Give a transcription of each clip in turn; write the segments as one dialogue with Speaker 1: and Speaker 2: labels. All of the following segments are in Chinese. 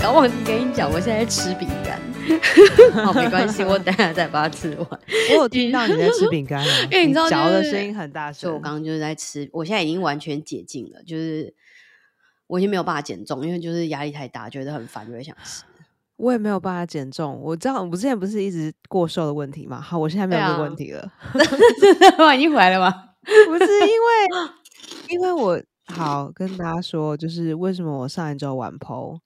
Speaker 1: 小，我现在吃饼 干。好，没关系，我等下再把它吃完。
Speaker 2: 我有听到你在吃饼干 啊，
Speaker 1: 因为你知道
Speaker 2: 嚼的
Speaker 1: 就是
Speaker 2: 声音很大
Speaker 1: 所以我
Speaker 2: 声。
Speaker 1: 刚刚就是在吃，我现在已经完全解禁了，就是我已经没有办法减重，因为就是压力太大，觉得很烦，就会想 吃。
Speaker 2: 我也没有办法减重，我知道我之前不是一直过瘦的问题嘛，好，我现在没有
Speaker 1: 对
Speaker 2: 这个
Speaker 1: 啊
Speaker 2: 问题了，
Speaker 1: 真的吗？已经回来了吗？
Speaker 2: 不是因为 因为我好跟大家说，就是为什么我上一周晚剖，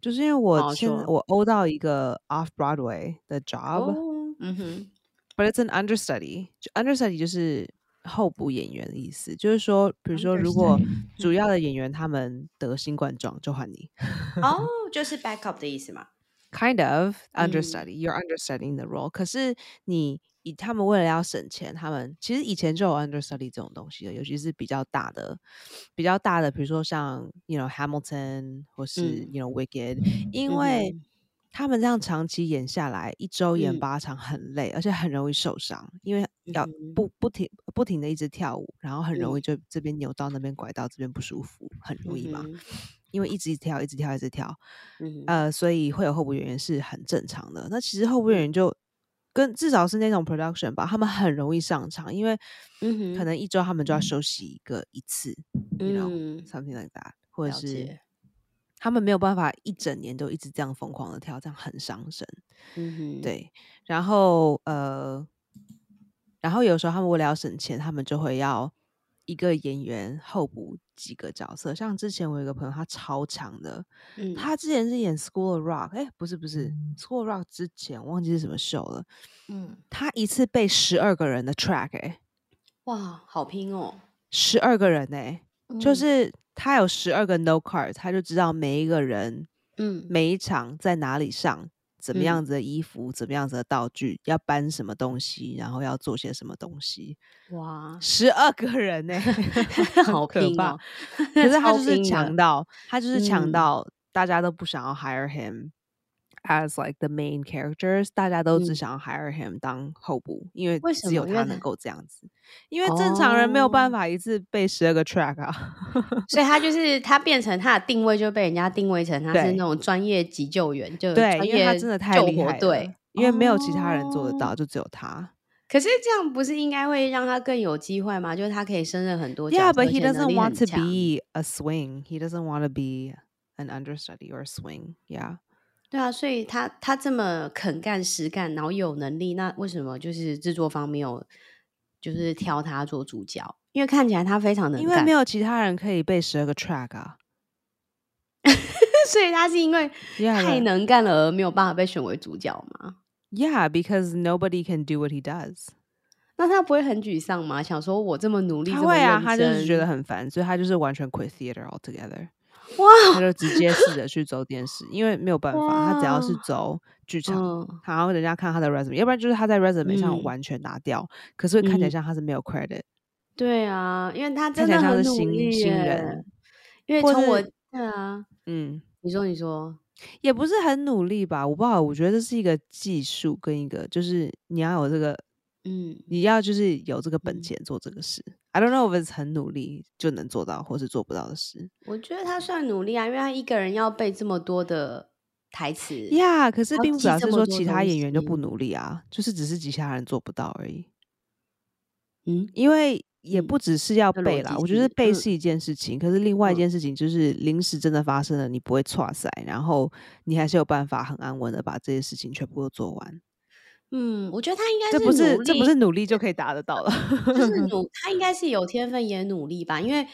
Speaker 2: 就是因为
Speaker 1: 好
Speaker 2: 我
Speaker 1: 好
Speaker 2: 现在
Speaker 1: 说
Speaker 2: 我欧到一个 off Broadway 的 job，but、
Speaker 1: 嗯哼，
Speaker 2: it's an understudy，就 understudy 就是候补演员的意思，就是说，比如说如
Speaker 1: Understudy
Speaker 2: 果主要的演员他们得新冠状，就换你。
Speaker 1: 哦，就是 backup 的意思嘛。
Speaker 2: kind of
Speaker 1: 嗯
Speaker 2: understudy、you're understudying the role。可是你以他们为了要省钱，他们其实以前就有 understudy 这种东西的，尤其是比较大的、比较大的，比如说像 you know Hamilton 或是、
Speaker 1: 嗯
Speaker 2: you know Wicked，因为
Speaker 1: 嗯
Speaker 2: 他们这样长期演下来，一周演
Speaker 1: 嗯
Speaker 2: 八场很累，而且很容易受伤，因为要
Speaker 1: 嗯哼
Speaker 2: 不不停不停的一直跳舞，然后很容易
Speaker 1: 嗯
Speaker 2: 就这边扭到那边拐到，这边不舒服，很容易嘛。
Speaker 1: 嗯
Speaker 2: 因为一直跳，一直跳，一直跳，
Speaker 1: 嗯哼，
Speaker 2: 呃，所以会有候补演员是很正常的。那其实候补
Speaker 1: 嗯
Speaker 2: 演员就跟至少是那种 production 吧，他们很容易上场，因为
Speaker 1: 嗯哼
Speaker 2: 可能一周他们就要休息一个一次、y o u know
Speaker 1: 嗯，
Speaker 2: something like that，或者
Speaker 1: 了
Speaker 2: 是
Speaker 1: 解
Speaker 2: 他们没有办法一整年都一直这样疯狂的跳，这样很伤身。
Speaker 1: 嗯哼，，
Speaker 2: 对，然后呃，然后有时候他们为了要省钱，他们就会要一个演员候补几个角色。像之前我有一个朋友，他超强的，
Speaker 1: 嗯，
Speaker 2: 他之前是演《School of Rock》，哎，不是不是，School of Rock》之前忘记是什么秀了。
Speaker 1: 嗯，
Speaker 2: 他一次背十二个人的 track，哎，
Speaker 1: 哇，好拼哦，
Speaker 2: 十二个人哎、就
Speaker 1: 嗯
Speaker 2: 是他有十二个 no card，他就知道每一个人
Speaker 1: 嗯
Speaker 2: 每一场在哪里上，怎么
Speaker 1: 嗯
Speaker 2: 样子的衣服，怎么样子的道具，要搬什么东西，然后要做些什么东西，
Speaker 1: 哇，
Speaker 2: 十二个人呢、
Speaker 1: 好
Speaker 2: 好可
Speaker 1: 拼
Speaker 2: 怕
Speaker 1: 哦
Speaker 2: 可是他
Speaker 1: 超
Speaker 2: 就是
Speaker 1: 拼的
Speaker 2: 强到，他就是强
Speaker 1: 嗯
Speaker 2: 到大家都不想要 hire him as like the main characters，大家都只
Speaker 1: 嗯
Speaker 2: 想要 hire him 当候补，因为
Speaker 1: 为什
Speaker 2: 只有
Speaker 1: 么因为
Speaker 2: 他
Speaker 1: 他
Speaker 2: 能够这样子，因为正常人没有办
Speaker 1: 哦
Speaker 2: 法一次背十二个 track 啊。
Speaker 1: 所以他就是他变成他的定位就被人家定位成他是
Speaker 2: 对
Speaker 1: 那种专业急救员，就
Speaker 2: 对，
Speaker 1: 专
Speaker 2: 因为他
Speaker 1: 业
Speaker 2: 真的太
Speaker 1: 救
Speaker 2: 厉
Speaker 1: 火
Speaker 2: 害了
Speaker 1: 队。，
Speaker 2: 因为没有其他人做得
Speaker 1: 哦
Speaker 2: 到，就只有他。
Speaker 1: 可是这样不是应该会让他更有机会吗？就是他可以胜任很多角
Speaker 2: Yeah,
Speaker 1: 色
Speaker 2: but he
Speaker 1: 而且能
Speaker 2: doesn't
Speaker 1: 力
Speaker 2: want
Speaker 1: 很
Speaker 2: to
Speaker 1: 强
Speaker 2: be a swing. He doesn't want to be an understudy or a swing. Yeah.
Speaker 1: 对啊，所以他他这么肯干实干，然后又有能力，那为什么就是制作方没有就是挑他做主角？因为看起来他非常能
Speaker 2: 因
Speaker 1: 干，
Speaker 2: 为没有其他人可以背十二个 track 啊。
Speaker 1: 所以他是因为
Speaker 2: Yeah,
Speaker 1: 太
Speaker 2: right.
Speaker 1: 能干了而没有办法被选为主角嘛？
Speaker 2: yeah, because nobody can do what he does.
Speaker 1: 那他不会很沮丧吗？想说我这么努力，
Speaker 2: 他
Speaker 1: 这么
Speaker 2: 会啊，
Speaker 1: 认
Speaker 2: 他就是觉
Speaker 1: 真
Speaker 2: 得很烦，所以他就是完全 quit theater altogether。他
Speaker 1: 哇，
Speaker 2: 就直接 试着去走电视，因为没有办法，他只要是
Speaker 1: 哇
Speaker 2: 走剧场，
Speaker 1: 嗯
Speaker 2: 然后人家看他的 resume，要不然就是他在 resume 上
Speaker 1: 嗯
Speaker 2: 完全拿掉，可是会看起来
Speaker 1: 嗯
Speaker 2: 像他是没有 credit，
Speaker 1: 对啊，因为他真
Speaker 2: 看起
Speaker 1: 的
Speaker 2: 来像
Speaker 1: 很
Speaker 2: 是
Speaker 1: 努力
Speaker 2: 新新
Speaker 1: 耶
Speaker 2: 人。，
Speaker 1: 因为
Speaker 2: 或
Speaker 1: 从我
Speaker 2: 是
Speaker 1: 对啊，
Speaker 2: 嗯，
Speaker 1: 你说你说，
Speaker 2: 也不是很努力吧，我不好，我觉得这是一个技术跟一个就是你要有这个，
Speaker 1: 嗯
Speaker 2: 你要就是有这个本
Speaker 1: 嗯
Speaker 2: 钱做这个事。I don't know if it's 很努力就能做到，或是做不到的事。
Speaker 1: 我觉得他算努力啊，因为他一个人要背这么多的台词。
Speaker 2: 呀、可是
Speaker 1: 要
Speaker 2: 并不
Speaker 1: 记
Speaker 2: 表
Speaker 1: 这
Speaker 2: 示
Speaker 1: 么
Speaker 2: 说
Speaker 1: 多
Speaker 2: 其他
Speaker 1: 东
Speaker 2: 演员就不
Speaker 1: 西
Speaker 2: 努力啊，就是只是其他人做不到而已。
Speaker 1: 嗯，
Speaker 2: 因为也
Speaker 1: 嗯
Speaker 2: 不只是要
Speaker 1: 这逻
Speaker 2: 背啦，
Speaker 1: 辑
Speaker 2: 我觉得
Speaker 1: 是
Speaker 2: 背
Speaker 1: 嗯
Speaker 2: 是一件事情，可是另外一
Speaker 1: 嗯
Speaker 2: 件事情就是临时真的发生了，你不会错塞，然后你还是有办法很安稳的把这些事情全部都做完。
Speaker 1: 嗯，我觉得他应该
Speaker 2: 这不是
Speaker 1: 努力，
Speaker 2: 这不是努力就可以达得到了。
Speaker 1: 就是努，他应该是有天分也努力吧，因为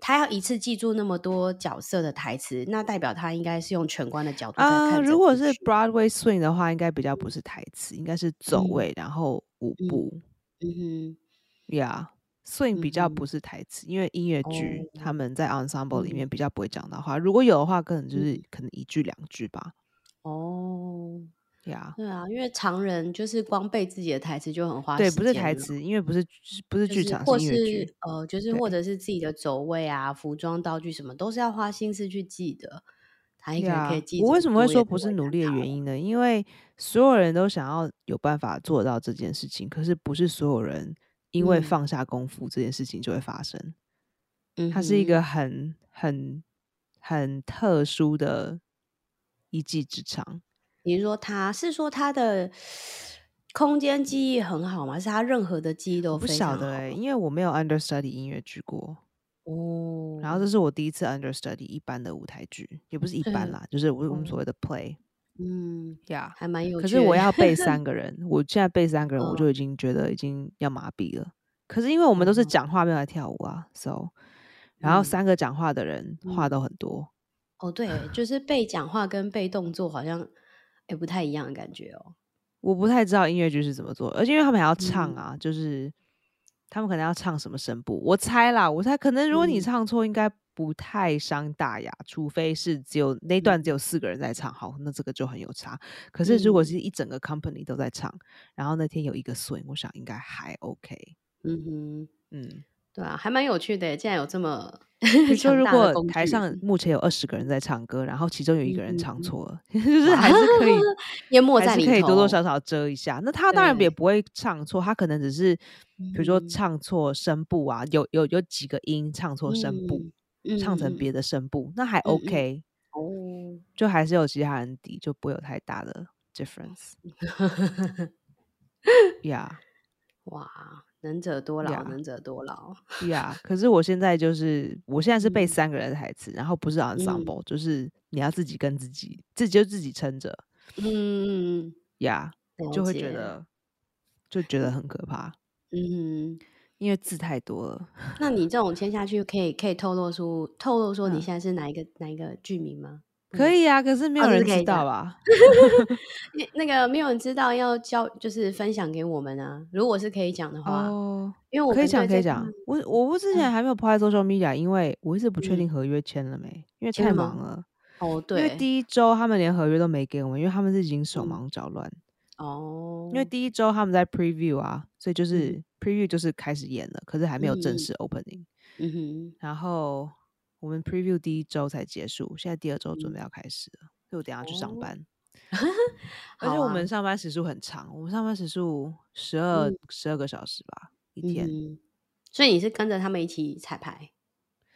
Speaker 1: 他要一次记住那么多角色的台词，那代表他应该是用全观的角度在
Speaker 2: 啊、
Speaker 1: 看整
Speaker 2: 如果
Speaker 1: 部
Speaker 2: 是
Speaker 1: 剧。
Speaker 2: Broadway swing 的话，应该比较不是台词，应该是走
Speaker 1: 嗯
Speaker 2: 位，然后舞
Speaker 1: 嗯
Speaker 2: 步。
Speaker 1: 嗯
Speaker 2: Yeah, swing 比
Speaker 1: 嗯
Speaker 2: 较
Speaker 1: 哼
Speaker 2: 不是台词，因为音乐
Speaker 1: 哦
Speaker 2: 剧他们在 ensemble 里
Speaker 1: 嗯
Speaker 2: 面比较不会讲到话，如果有的话，可能就
Speaker 1: 嗯
Speaker 2: 是可能一句两句吧。
Speaker 1: 哼，哦，
Speaker 2: Yeah，
Speaker 1: 对啊，因为常人就是光背自己的台词就很花
Speaker 2: 对，
Speaker 1: 时
Speaker 2: 不是
Speaker 1: 间
Speaker 2: 台
Speaker 1: 了。
Speaker 2: 词，因为不是不是
Speaker 1: 就
Speaker 2: 剧
Speaker 1: 是
Speaker 2: 场，
Speaker 1: 或
Speaker 2: 是音乐剧。
Speaker 1: 是呃，就是
Speaker 2: 对
Speaker 1: 或者是自己的走位啊、服装、道具什么，都是要花心思去记的。他一个人可以
Speaker 2: 呀，
Speaker 1: 记这
Speaker 2: 我为
Speaker 1: 么
Speaker 2: 什么会
Speaker 1: 多，也
Speaker 2: 说
Speaker 1: 是
Speaker 2: 不是
Speaker 1: 为
Speaker 2: 努
Speaker 1: 难
Speaker 2: 力的
Speaker 1: 他
Speaker 2: 原
Speaker 1: 了。
Speaker 2: 因呢？因为所有人都想要有办法做到这件事情，可是不是所有人因为
Speaker 1: 嗯
Speaker 2: 放下功夫这件事情就会发生。
Speaker 1: 嗯
Speaker 2: 它是一个
Speaker 1: 哼，
Speaker 2: 很很很特殊的一技之长。
Speaker 1: 你是说他是说他的空间记忆很好吗？还是他任何的记忆都
Speaker 2: 我不
Speaker 1: 哦非
Speaker 2: 晓
Speaker 1: 常好
Speaker 2: 得
Speaker 1: 吗？
Speaker 2: 哎、因为我没有 understudy 音乐剧过，
Speaker 1: 哦，
Speaker 2: 然后这是我第一次 understudy 一般的舞台剧，也不是一般
Speaker 1: 对
Speaker 2: 啦，就是我我们
Speaker 1: 哦
Speaker 2: 所谓的 play。
Speaker 1: 嗯，
Speaker 2: 呀、
Speaker 1: 还蛮有
Speaker 2: 可
Speaker 1: 趣欸
Speaker 2: 是
Speaker 1: 的。
Speaker 2: 我要背三个人，我现在背三个人，我
Speaker 1: 哦
Speaker 2: 就已经觉得已经要麻痹了。可是因为我们都是
Speaker 1: 哦
Speaker 2: 讲话，没有来跳舞啊，so，然后
Speaker 1: 嗯
Speaker 2: 三个讲话的人话
Speaker 1: 嗯
Speaker 2: 都很多，
Speaker 1: 哦，对，就是背讲话跟背动作好像也不太一样的感觉哦。
Speaker 2: 我不太知道音乐剧是怎么做，而且因为他们还要唱
Speaker 1: 嗯
Speaker 2: 啊，就是他们可能要唱什么声部，我猜啦，我猜可能如果你
Speaker 1: 嗯
Speaker 2: 唱错，应该不太伤大雅，除非是只有
Speaker 1: 嗯
Speaker 2: 那段只有四个人在唱，好，那这个就很有差。可是如果
Speaker 1: 嗯
Speaker 2: 是一整个 company 都在唱，然后那天有一个 swing，我想应该还 OK，
Speaker 1: 嗯哼，
Speaker 2: 嗯。
Speaker 1: 对啊，还蛮有趣的耶，竟然有这么
Speaker 2: 比如说，
Speaker 1: 强
Speaker 2: 如
Speaker 1: 大的
Speaker 2: 果
Speaker 1: 工
Speaker 2: 台
Speaker 1: 具。
Speaker 2: 上目前有二十个人在唱歌，然后其中有一
Speaker 1: 嗯
Speaker 2: 个
Speaker 1: 嗯
Speaker 2: 人唱
Speaker 1: 嗯，
Speaker 2: 错了， 就是
Speaker 1: 哇，
Speaker 2: 还是可以，
Speaker 1: 淹没
Speaker 2: 还
Speaker 1: 在
Speaker 2: 是
Speaker 1: 里
Speaker 2: 可以多多
Speaker 1: 头。
Speaker 2: 少少遮一下。那他当然也
Speaker 1: 对，
Speaker 2: 不会唱错，他可能只是比如说
Speaker 1: 嗯
Speaker 2: 唱错声部啊，有有有几个音唱错声部，
Speaker 1: 嗯
Speaker 2: 唱
Speaker 1: 嗯
Speaker 2: 成别
Speaker 1: 嗯
Speaker 2: 的声部，那还
Speaker 1: 嗯嗯，
Speaker 2: OK，
Speaker 1: 哦，
Speaker 2: 就还是有其他人抵，就不会有太大的 difference。Yeah,
Speaker 1: 哇，能者多劳，
Speaker 2: yeah.
Speaker 1: 能者多劳。
Speaker 2: Yeah，可是我现在就是我现在是背
Speaker 1: 嗯
Speaker 2: 三个人的台词，然后不是
Speaker 1: 嗯
Speaker 2: ensemble，就是你要自己跟自己，自己就自己撑着
Speaker 1: 嗯，
Speaker 2: ，Yeah，
Speaker 1: 了
Speaker 2: 就会觉
Speaker 1: 解。
Speaker 2: 得就觉得很可怕，
Speaker 1: 嗯哼，
Speaker 2: 因为字太多了。
Speaker 1: 那你这种签下去，可以可以透露出透露说你
Speaker 2: 嗯，
Speaker 1: 现在是哪一个哪一个剧名吗？不
Speaker 2: 可
Speaker 1: 能
Speaker 2: 以啊，可是没
Speaker 1: 哦，
Speaker 2: 有
Speaker 1: 这是
Speaker 2: 人
Speaker 1: 可
Speaker 2: 知
Speaker 1: 以啊
Speaker 2: 道啊
Speaker 1: 讲。
Speaker 2: 吧？
Speaker 1: 诶那个没有人知道要教，就是分享给我们啊。如果是可以讲的话，
Speaker 2: 哦，
Speaker 1: 因为我
Speaker 2: 可以
Speaker 1: 们
Speaker 2: 讲，
Speaker 1: 对
Speaker 2: 可以
Speaker 1: 这方
Speaker 2: 讲。
Speaker 1: 面，
Speaker 2: 我我不之前
Speaker 1: 嗯
Speaker 2: 还没有抛在 social media，因为我一直不确定
Speaker 1: 嗯，
Speaker 2: 合约签了没，因为
Speaker 1: 签
Speaker 2: 太
Speaker 1: 了
Speaker 2: 忙
Speaker 1: 吗？
Speaker 2: 了。
Speaker 1: 哦，
Speaker 2: 因为
Speaker 1: 对，
Speaker 2: 第一周他们连合约都没给我们，因为他们是已经手
Speaker 1: 嗯，
Speaker 2: 忙脚乱。因为
Speaker 1: 哦，
Speaker 2: 第一周他们在 preview 啊，所以就
Speaker 1: 嗯
Speaker 2: 是 preview 就是开始演了，可是还没有正
Speaker 1: 嗯
Speaker 2: 式 opening。
Speaker 1: 嗯嗯
Speaker 2: 然后我们 preview 第一周才结束，现在第二周
Speaker 1: 哼
Speaker 2: 准备
Speaker 1: 嗯，
Speaker 2: 要开始了，所以我等一下去上
Speaker 1: 哦，
Speaker 2: 班。而且
Speaker 1: 好
Speaker 2: 我
Speaker 1: 啊，
Speaker 2: 们上班时数很长，我们上班时数十二
Speaker 1: 嗯
Speaker 2: 十二个小时吧，一
Speaker 1: 嗯
Speaker 2: 天。
Speaker 1: 哼，所以你是跟着他们一起彩排，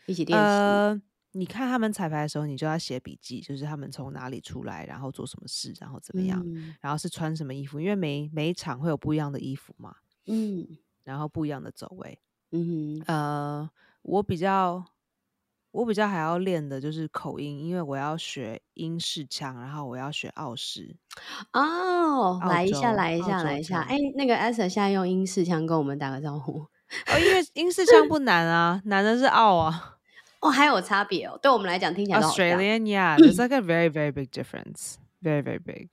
Speaker 1: 一起练习，
Speaker 2: 呃，你看他们彩排的时候，你就要写笔记，就是他们从哪里出来，然后做什么事，然后怎么样，
Speaker 1: 嗯
Speaker 2: 然后是穿什么衣服，因为每每一场会有不一样的衣服嘛，
Speaker 1: 嗯
Speaker 2: 然后不一样的走位。
Speaker 1: 嗯哼，
Speaker 2: 呃，我比较我比较还要练的就是口音，因为我要学英式腔，然后我要学澳式、
Speaker 1: 哦，
Speaker 2: 澳
Speaker 1: 来一下，
Speaker 2: 洲、
Speaker 1: 来一
Speaker 2: 澳
Speaker 1: 下，
Speaker 2: 洲
Speaker 1: 来一下。哎，
Speaker 2: 腔。
Speaker 1: 那个 S 现在用英式腔跟我们打个招呼。
Speaker 2: 哦，因为英式腔不难啊，难的是澳啊。
Speaker 1: 哦，还有差别哦，对我们来讲听起来都好像。
Speaker 2: Australian, yeah, there's like a very, very big difference. Very, very big.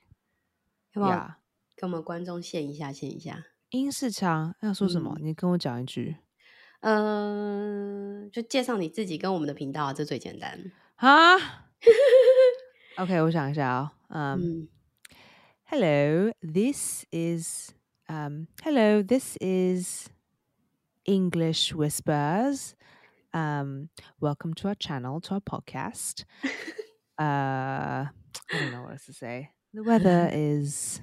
Speaker 1: 要不要
Speaker 2: Yeah.
Speaker 1: 给我们观众献一下，献一下？
Speaker 2: 英式腔要说什么？
Speaker 1: 嗯
Speaker 2: 你跟我讲一句
Speaker 1: 嗯、呃就介绍你自己跟我们的频道啊，这最简单。
Speaker 2: 啊？OK，我想一下啊、嗯、
Speaker 1: 嗯
Speaker 2: h e l l o this is um, hello, this is English Whispers. Um, welcome to our channel, to our podcast. Uh, I don't know what else to say. The weather is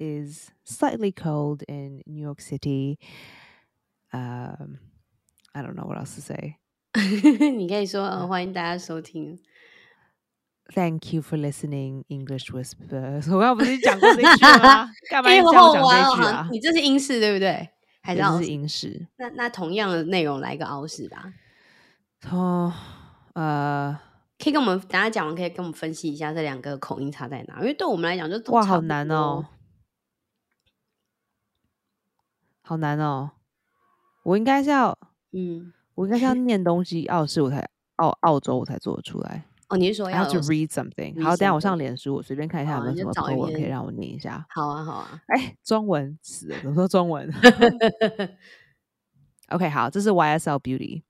Speaker 2: is slightly cold in New York City. Um, I don't know what else to say.
Speaker 1: 你可以说，
Speaker 2: 嗯
Speaker 1: 呃，欢迎大家收听。
Speaker 2: Thank you for listening, English Whispers。我刚 刚不是讲过这一句了吗？干嘛
Speaker 1: 哎、
Speaker 2: 一直
Speaker 1: 好
Speaker 2: 要我
Speaker 1: 好
Speaker 2: 讲这
Speaker 1: 玩
Speaker 2: 一
Speaker 1: 哦！好
Speaker 2: 句
Speaker 1: 像
Speaker 2: 啊？
Speaker 1: 你这是英式对不 对？还是
Speaker 2: 对，这
Speaker 1: 澳
Speaker 2: 是
Speaker 1: 式？
Speaker 2: 英式。
Speaker 1: 那那同样的内容来一个澳式吧。
Speaker 2: 哦，呃，
Speaker 1: 可以跟我们大家讲完，可以跟我们分析一下这两个口音差在哪？因为对我们来讲就都
Speaker 2: 哇，
Speaker 1: 差
Speaker 2: 好
Speaker 1: 不
Speaker 2: 难
Speaker 1: 多。
Speaker 2: 哦，好难哦。我应该是要，
Speaker 1: 嗯，
Speaker 2: 我应该 是要念东西，澳式我才澳澳洲我才做得出来。
Speaker 1: 哦，你是说
Speaker 2: I have
Speaker 1: 要
Speaker 2: to
Speaker 1: 有
Speaker 2: read something。
Speaker 1: read
Speaker 2: 好，等一下我
Speaker 1: something？
Speaker 2: 上脸书，我随便看一下
Speaker 1: 好
Speaker 2: 有
Speaker 1: 啊，
Speaker 2: 没
Speaker 1: 你
Speaker 2: 有什
Speaker 1: 就
Speaker 2: 么
Speaker 1: 找
Speaker 2: po
Speaker 1: 一
Speaker 2: 文可以
Speaker 1: 篇。
Speaker 2: 让我念一下。
Speaker 1: 好啊，好啊。
Speaker 2: 哎，中文死了，怎么说中文 ？OK，好，这是 YSL Beauty。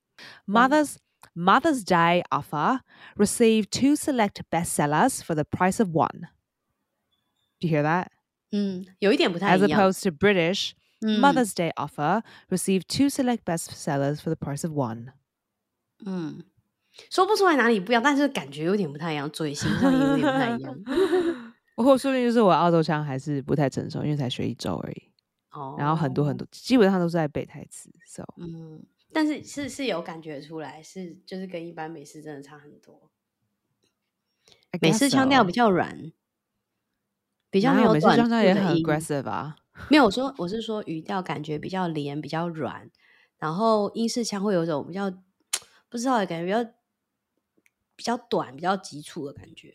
Speaker 1: 嗯
Speaker 2: Mother's Mother's Day offer received two select bestsellers for the price of one. Do you hear that?
Speaker 1: 嗯，有一点不太
Speaker 2: As
Speaker 1: 一样。
Speaker 2: opposed to British,
Speaker 1: 嗯
Speaker 2: Mother's Day offer received two select bestsellers for the price of one.
Speaker 1: 嗯，说不出来哪里不一样，但是感觉有点不太一样， 嘴型上也有点不太一样。哦
Speaker 2: 我说不定就是我澳洲腔还是不太成熟，因为才学一周而已。 然后很多很
Speaker 1: 哦，
Speaker 2: 多，基本上都是在背台词。So
Speaker 1: 嗯，但是是是有感觉出来，是就是跟一般美式真的差很多。
Speaker 2: I
Speaker 1: 美
Speaker 2: guess
Speaker 1: 式腔调
Speaker 2: so
Speaker 1: 比较软，比较
Speaker 2: 哪
Speaker 1: 没有
Speaker 2: 哦美式
Speaker 1: 短
Speaker 2: 腔调
Speaker 1: 促
Speaker 2: 也
Speaker 1: 的
Speaker 2: 很
Speaker 1: 音
Speaker 2: aggressive 啊。
Speaker 1: 没有，我说我是说语调感觉比较连，比较软，然后英式腔会有一种比较不知道的感觉，比较比较短、比较急促的感觉，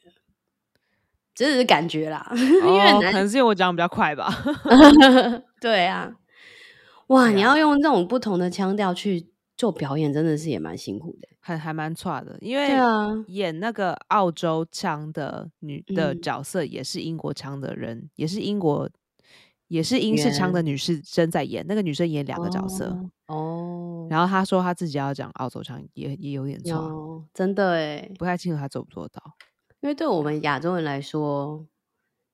Speaker 1: 这只是感觉啦， 因为
Speaker 2: 哦
Speaker 1: 很，
Speaker 2: 可能是因为我讲比较快吧。
Speaker 1: 难。对啊，哇，你
Speaker 2: Yeah
Speaker 1: 要用这种不同的腔调去做表演，真的是也蛮辛苦的。
Speaker 2: 还还蛮差的，因
Speaker 1: 对
Speaker 2: 为
Speaker 1: 啊，
Speaker 2: 演那个澳洲腔的女的
Speaker 1: 嗯
Speaker 2: 角色也是英国腔的人，也是英国，也是英式腔
Speaker 1: 原
Speaker 2: 的女士生在演，那个女生演两个角色，
Speaker 1: 哦哦，
Speaker 2: 然后啊她说她自己要讲澳洲腔也也有点差，
Speaker 1: 有真的诶，
Speaker 2: 不太清楚她做不做到。
Speaker 1: 因为对我们亚洲人来说，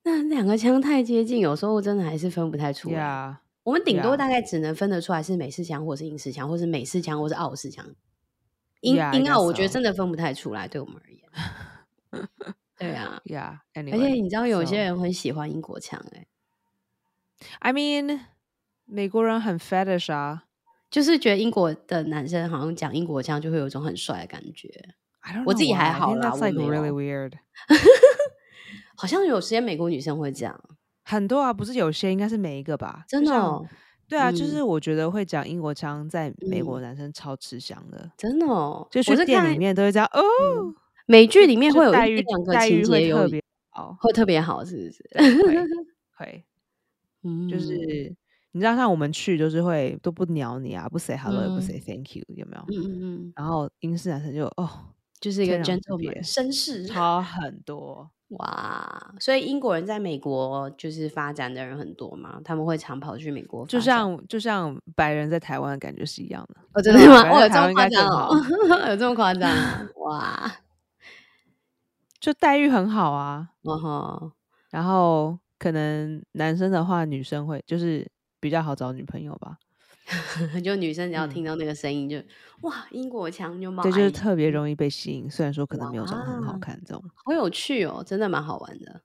Speaker 1: 那两个腔太接近，有时候真的还是分不太出来。
Speaker 2: Yeah，
Speaker 1: 我们顶多
Speaker 2: yeah
Speaker 1: 大概只能分得出来是美式腔，或是英式腔，或是美式腔，或是澳式腔。英
Speaker 2: yeah，I
Speaker 1: 英澳，
Speaker 2: guess
Speaker 1: 我觉得
Speaker 2: so。
Speaker 1: 真的分不太出来，对我们而言。对啊，
Speaker 2: Yeah,
Speaker 1: 而且
Speaker 2: anyway,
Speaker 1: 你知道有些
Speaker 2: so
Speaker 1: 人很喜欢英国腔、欸，
Speaker 2: I mean，美国人很 fetish 啊。
Speaker 1: 就是觉得英国的男生好像讲英国腔就会有一种很帅的感觉。
Speaker 2: I don't
Speaker 1: 我
Speaker 2: know
Speaker 1: 自己
Speaker 2: why.
Speaker 1: 还
Speaker 2: I
Speaker 1: 好
Speaker 2: think
Speaker 1: 啦，
Speaker 2: that's
Speaker 1: 我
Speaker 2: like
Speaker 1: 没
Speaker 2: really
Speaker 1: 有。
Speaker 2: weird.
Speaker 1: 好像有些美国女生会这样，
Speaker 2: 很多啊，不是有些应该是每一个吧？
Speaker 1: 真
Speaker 2: 就
Speaker 1: 的
Speaker 2: 像，
Speaker 1: 哦，
Speaker 2: 对啊，就
Speaker 1: 嗯
Speaker 2: 是我觉得会讲英国腔，在美国
Speaker 1: 嗯，
Speaker 2: 男生超吃香的，
Speaker 1: 真的哦，
Speaker 2: 就
Speaker 1: 我
Speaker 2: 去
Speaker 1: 是
Speaker 2: 店里
Speaker 1: 看
Speaker 2: 面都会这样哦，
Speaker 1: 嗯，美剧
Speaker 2: 就
Speaker 1: 里面
Speaker 2: 就
Speaker 1: 会有一
Speaker 2: 待
Speaker 1: 一
Speaker 2: 遇
Speaker 1: 两个
Speaker 2: 待
Speaker 1: 情
Speaker 2: 遇会
Speaker 1: 节有
Speaker 2: 特
Speaker 1: 一
Speaker 2: 别好，
Speaker 1: 会特别好，是不是？
Speaker 2: 对，会会就
Speaker 1: 嗯
Speaker 2: 是你知道，像我们去就是会都不鸟你啊，不 say hello 也不
Speaker 1: 嗯
Speaker 2: say thank you，有没有？
Speaker 1: 嗯嗯嗯，
Speaker 2: 然后英式男生就哦，
Speaker 1: 就是一个
Speaker 2: 天壤之
Speaker 1: gentleman
Speaker 2: 别，
Speaker 1: 绅士
Speaker 2: 差很 多。
Speaker 1: 哇！所以英国人在美国就是发展的人很多嘛，他们会常跑去美国
Speaker 2: 就
Speaker 1: 发展。
Speaker 2: 像就像白人在台湾的感觉是一样的，
Speaker 1: 哦，真
Speaker 2: 没
Speaker 1: 的
Speaker 2: 有啦，
Speaker 1: 吗？
Speaker 2: 白人
Speaker 1: 哦，
Speaker 2: 在
Speaker 1: 有这么夸张哦，有
Speaker 2: 台湾应该更好。
Speaker 1: 这么夸张哦，哇！
Speaker 2: 就待遇很好啊。
Speaker 1: 哦吼，
Speaker 2: 然后可能男生的话，女生会就是比较好找女朋友吧。
Speaker 1: 就女生只要听
Speaker 2: 嗯，
Speaker 1: 到那个声音就哇，英国腔就冒
Speaker 2: 对，就是
Speaker 1: 爱心，
Speaker 2: 特别容易被吸引，虽然说可
Speaker 1: 嗯
Speaker 2: 能
Speaker 1: 哇，
Speaker 2: 没有长得很好看这种。
Speaker 1: 好有趣哦，真的蛮好玩的。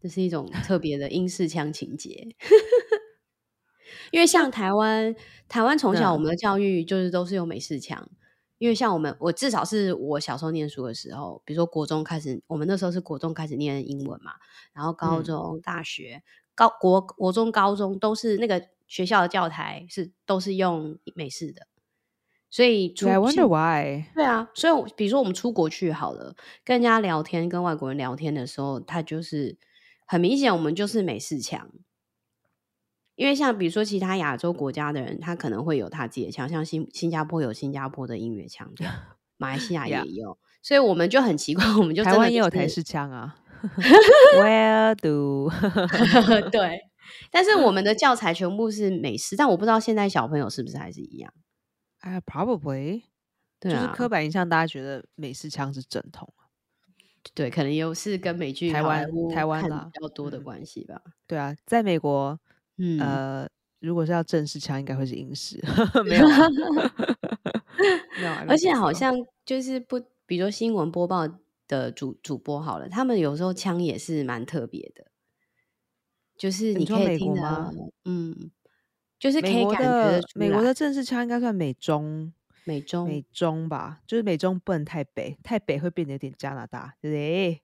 Speaker 1: 这是一种特别的英式腔情节。 因为
Speaker 2: 那嗯
Speaker 1: 像台湾，台湾从小我
Speaker 2: 那
Speaker 1: 们的教育就是都是用美式腔。因为像我们，我至少是我小时候念书的时候，比如说国中开始，我们那时候是国中开始念英文嘛，然后高
Speaker 2: 嗯
Speaker 1: 中、大学、高国国中、高中都是那个学校的教材是都是用美式的，所以
Speaker 2: ，Yeah，I
Speaker 1: 出像
Speaker 2: wonder why。
Speaker 1: 对啊，所以我比如说我们出国去好了，跟人家聊天，跟外国人聊天的时候，他就是很明显，我们就是美式腔。因为像比如说其他亚洲国家的人，他可能会有他自己的腔，像新新加坡有新加坡的音乐腔调， 马来西亚
Speaker 2: yeah，
Speaker 1: 也有，所以我们就很奇怪， 我们就
Speaker 2: 台
Speaker 1: 真的
Speaker 2: 湾也
Speaker 1: 就
Speaker 2: 有台
Speaker 1: 是
Speaker 2: 式腔 啊。Where do？ 啊
Speaker 1: 对，但是我们的教材全部是美式，但我不知道现在小朋友是不是还是一样。
Speaker 2: 哎呀，probably
Speaker 1: 对
Speaker 2: 就是刻
Speaker 1: 啊，
Speaker 2: 板印象，大家觉得美式腔是正统，
Speaker 1: 对，可能又是跟美剧、
Speaker 2: 台
Speaker 1: 好莱
Speaker 2: 湾台
Speaker 1: 坞
Speaker 2: 湾
Speaker 1: 看比
Speaker 2: 啦，
Speaker 1: 较多的
Speaker 2: 嗯，
Speaker 1: 关系吧。
Speaker 2: 对啊，在美国，
Speaker 1: 嗯，
Speaker 2: 呃，如果是要正式腔，应该会是英式， 没啊有 啊？No, I
Speaker 1: 而
Speaker 2: don't
Speaker 1: 且
Speaker 2: think
Speaker 1: 好
Speaker 2: so.
Speaker 1: 像就是不，比如说新闻播报的主主播好了，他们有时候腔也是蛮特别的，就是
Speaker 2: 你
Speaker 1: 你
Speaker 2: 说
Speaker 1: 可以
Speaker 2: 美
Speaker 1: 听
Speaker 2: 国
Speaker 1: 得，
Speaker 2: 吗？
Speaker 1: 嗯，就是
Speaker 2: 美
Speaker 1: 可以
Speaker 2: 国
Speaker 1: 感觉得
Speaker 2: 的
Speaker 1: 出
Speaker 2: 美国
Speaker 1: 来
Speaker 2: 的正式腔应该算美中，
Speaker 1: 美
Speaker 2: 美
Speaker 1: 中，
Speaker 2: 中吧，就是美中不能太北，太北会变得有点加拿大，对 不对？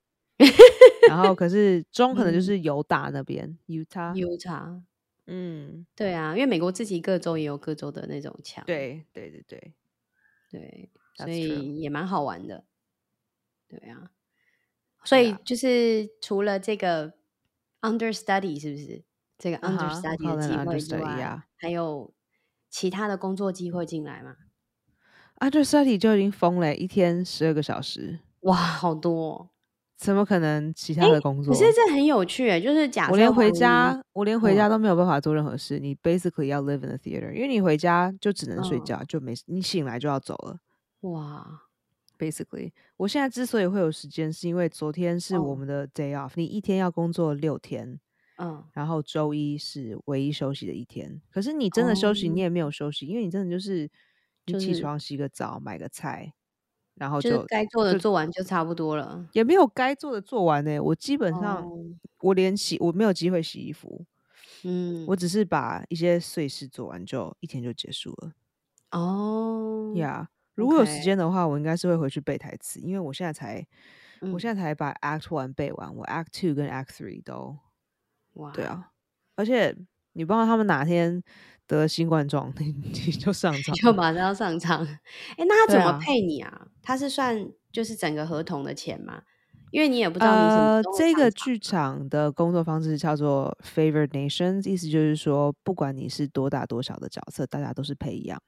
Speaker 2: 然后可是中可能就
Speaker 1: 嗯
Speaker 2: 是犹大那边，Utah，
Speaker 1: ，Utah，
Speaker 2: 嗯，
Speaker 1: 对啊，因为美国自己各州也有各州的那种腔，
Speaker 2: 对对对对
Speaker 1: 对，所
Speaker 2: ，That's true，
Speaker 1: 以也蛮好玩的，对啊，所以
Speaker 2: ，Yeah，
Speaker 1: 就是除了这个 understudy 是不是这个
Speaker 2: 啊哈，我
Speaker 1: understudy 的
Speaker 2: call it
Speaker 1: 机会之
Speaker 2: understudy
Speaker 1: 外，
Speaker 2: 啊
Speaker 1: 还有其他的工作机会进来吗？
Speaker 2: 啊，understudy 就已经疯了，欸一天十二个小时，
Speaker 1: 哇，好多、哦！
Speaker 2: 怎么可能其
Speaker 1: 哎，
Speaker 2: 他的工
Speaker 1: 可是
Speaker 2: 作？
Speaker 1: 这很有趣诶，就是假
Speaker 2: 我
Speaker 1: 设
Speaker 2: 连回
Speaker 1: 万一，
Speaker 2: 家，我连回家
Speaker 1: 嗯
Speaker 2: 都没有办法做任何事。你 basically 要 live in the theater，因为你回家就只能睡
Speaker 1: 嗯，
Speaker 2: 觉，就没你醒来就要走了。
Speaker 1: 哇，
Speaker 2: Basically，我现在之所以会有时间，是因为昨天是我
Speaker 1: 嗯
Speaker 2: 们的 day off，你一天要工作六天，
Speaker 1: 嗯，
Speaker 2: 然后周一是唯一休息的一天。可是你真的
Speaker 1: 哦，
Speaker 2: 休息，你也没有休息，因为你真的就是你
Speaker 1: 就
Speaker 2: 起
Speaker 1: 是
Speaker 2: 床洗个澡，买个菜，然后
Speaker 1: 就是
Speaker 2: 就
Speaker 1: 该做的
Speaker 2: 就
Speaker 1: 做完就差不多了。
Speaker 2: 也没有该做的做完呢、我基本上
Speaker 1: 哦，
Speaker 2: 我连洗我没有机会洗衣服，
Speaker 1: 嗯，
Speaker 2: 我只是把一些碎事做完就一天就结束了。
Speaker 1: 哦
Speaker 2: 呀、如果有时
Speaker 1: 嗯，OK，
Speaker 2: 间的话，我应该是会回去背台词，因为我现在才我
Speaker 1: 嗯
Speaker 2: 现在才把 Act One 背完，我 Act Two 跟 Act Three 都
Speaker 1: 哇，
Speaker 2: 对，啊，而且你不知道他们哪天得新冠状，你你就上 场
Speaker 1: 就
Speaker 2: 了
Speaker 1: 马上要上场。 哎、那他
Speaker 2: 对
Speaker 1: 怎么
Speaker 2: 啊
Speaker 1: 配你啊？他是算就是整个合同的钱吗？因为你也不知道你什么
Speaker 2: 呃
Speaker 1: 时，候
Speaker 2: 这
Speaker 1: 上
Speaker 2: 个
Speaker 1: 场
Speaker 2: 剧场的工作方式叫做 Favored Nations，意思就是说，不管你是多大多小的角色，大家都是配一样。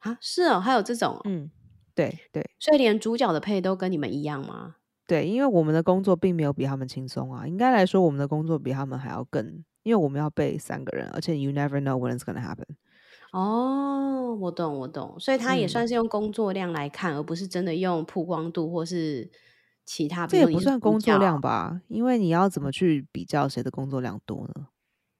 Speaker 1: 啊，是哦，还有这种哦、
Speaker 2: 嗯，对对
Speaker 1: 所以连主角的配都跟你们一样吗？
Speaker 2: 对，因为我们的工作并没有比他们轻松啊，应该来说，我们的工作比他们还要更，因为我们要背三个人，而且 you never know when it's gonna happen。
Speaker 1: 哦，我懂，我懂，所以他也
Speaker 2: 嗯
Speaker 1: 算是用工作量来看，而不是真的用曝光度或是其他，啊比
Speaker 2: 这
Speaker 1: 如说
Speaker 2: 也
Speaker 1: 你
Speaker 2: 不
Speaker 1: 是
Speaker 2: 算
Speaker 1: 主
Speaker 2: 工作
Speaker 1: 角
Speaker 2: 量吧，因为你要怎么去比较谁的工作量多呢？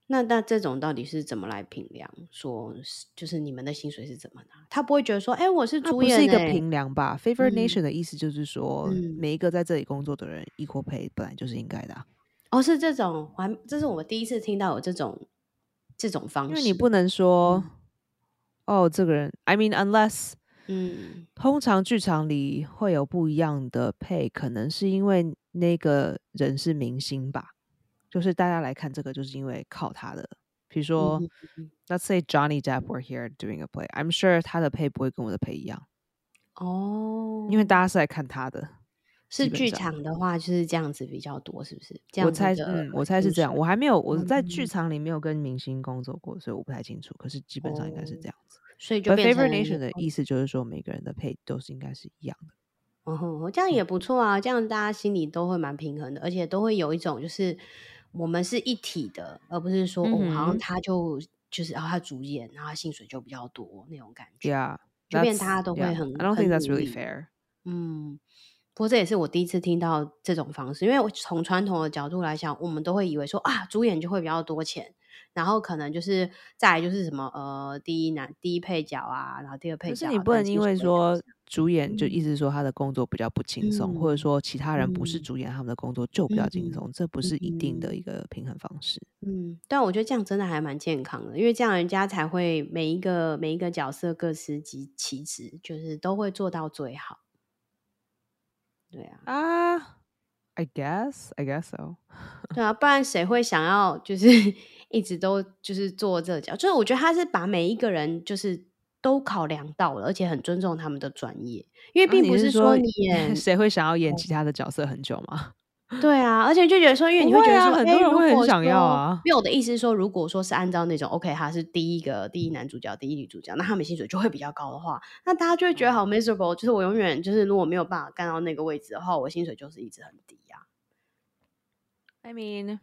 Speaker 1: 那那这种到底是怎么来评量？说是就是你们的薪水是怎么拿？他不会觉得说，哎、我是
Speaker 2: 它
Speaker 1: 主
Speaker 2: 不是
Speaker 1: 演
Speaker 2: 一个
Speaker 1: 哎、
Speaker 2: 平量吧？Favor
Speaker 1: 嗯
Speaker 2: Nation 的意思就是说，
Speaker 1: 嗯
Speaker 2: 每一个在这里工作的人 equal pay 本来就是应该的啊、
Speaker 1: 哦，是这种，我还这是我第一次听到有这种这种方式，
Speaker 2: 因为你不能说，哦，这个人，I mean unless。
Speaker 1: 嗯
Speaker 2: 通常剧场里会有不一样的配，可能是因为那个人是明星吧，就是大家来看这个，就是因为靠他的。比如说、
Speaker 1: 嗯
Speaker 2: l e t s say Johnny Depp were here doing a play，I'm sure 他的配不会跟我的配一样，
Speaker 1: 哦，
Speaker 2: 因为大家是来看他的。
Speaker 1: 是
Speaker 2: 基本
Speaker 1: 剧
Speaker 2: 上
Speaker 1: 场的话就是这样子比较多，是不是？这
Speaker 2: 我
Speaker 1: 样子
Speaker 2: 猜，
Speaker 1: 的
Speaker 2: 嗯，我猜是
Speaker 1: 薪
Speaker 2: 这样。
Speaker 1: 水
Speaker 2: 我还没有，我在
Speaker 1: 嗯
Speaker 2: 剧场里没有跟明星工作过，所以我不太清楚。可是基本上应该是
Speaker 1: 哦
Speaker 2: 这样子。
Speaker 1: 所以就
Speaker 2: But
Speaker 1: 变成
Speaker 2: Favorite Nation 的意思就是说，每个人的配都是应该是一样的。
Speaker 1: 哦吼，
Speaker 2: 嗯
Speaker 1: 这样也不错啊，这样大家心里都会蛮平衡的，而且都会有一种就是我们是一体的，而不是说、哦，好
Speaker 2: 嗯哼
Speaker 1: 像他就就是哦，他主演，然后他薪水就比较多那种感觉。
Speaker 2: Yeah，
Speaker 1: 就变
Speaker 2: that's-
Speaker 1: 大家都会
Speaker 2: yeah,
Speaker 1: 很
Speaker 2: I don't
Speaker 1: 很
Speaker 2: think that's
Speaker 1: 努
Speaker 2: really
Speaker 1: 力
Speaker 2: fair.
Speaker 1: 嗯，不过这也是我第一次听到这种方式，因为我从传统的角度来讲，我们都会以为说啊，主演就会比较多钱，然后可能就是再来就是什么呃，第一男第一配角啊，然后第二配
Speaker 2: 可是
Speaker 1: 角啊，
Speaker 2: 你不
Speaker 1: 可
Speaker 2: 能
Speaker 1: 薪
Speaker 2: 因
Speaker 1: 水
Speaker 2: 为
Speaker 1: 会比较
Speaker 2: 说
Speaker 1: 少
Speaker 2: 主演就
Speaker 1: 嗯
Speaker 2: 意思说他的工作比较不轻松，或者
Speaker 1: 嗯
Speaker 2: 说其他人不是
Speaker 1: 嗯
Speaker 2: 主演，他们的工作就比较
Speaker 1: 嗯
Speaker 2: 轻松，这不是一定的
Speaker 1: 嗯
Speaker 2: 一个平衡方式。
Speaker 1: 嗯，但我觉得这样真的还蛮健康的，因为这样人家才会每一个每一个角色各司其其职，就是都会做到最好。对啊，
Speaker 2: 啊、i guess, I guess so.
Speaker 1: 对啊，不然谁会想要就是 一直都就是做这角？就是我觉得他是把每一个人就是都考量到了，而且很尊重他们的专业，因为
Speaker 2: 啊
Speaker 1: 并
Speaker 2: 你
Speaker 1: 不
Speaker 2: 是
Speaker 1: 说
Speaker 2: 说
Speaker 1: 你演
Speaker 2: 谁会想要演哦其他的角色很久吗？
Speaker 1: 对啊，而且就觉得说，因为
Speaker 2: 不
Speaker 1: 你会觉
Speaker 2: 会
Speaker 1: 得
Speaker 2: 啊
Speaker 1: 说，
Speaker 2: 很
Speaker 1: 哎、
Speaker 2: 多人
Speaker 1: 如
Speaker 2: 会很
Speaker 1: 果
Speaker 2: 想要
Speaker 1: 说
Speaker 2: 啊
Speaker 1: 没有我的意思是说，如果说是按照那种 OK，他是第一个第一男主角、第一女主角，那他们薪水就会比较高的话，那大家就会觉得
Speaker 2: 嗯
Speaker 1: 好 miserable，就是我永远就是如果没有办法干到那个位置的话，我薪水就是一直很低啊。
Speaker 2: I mean，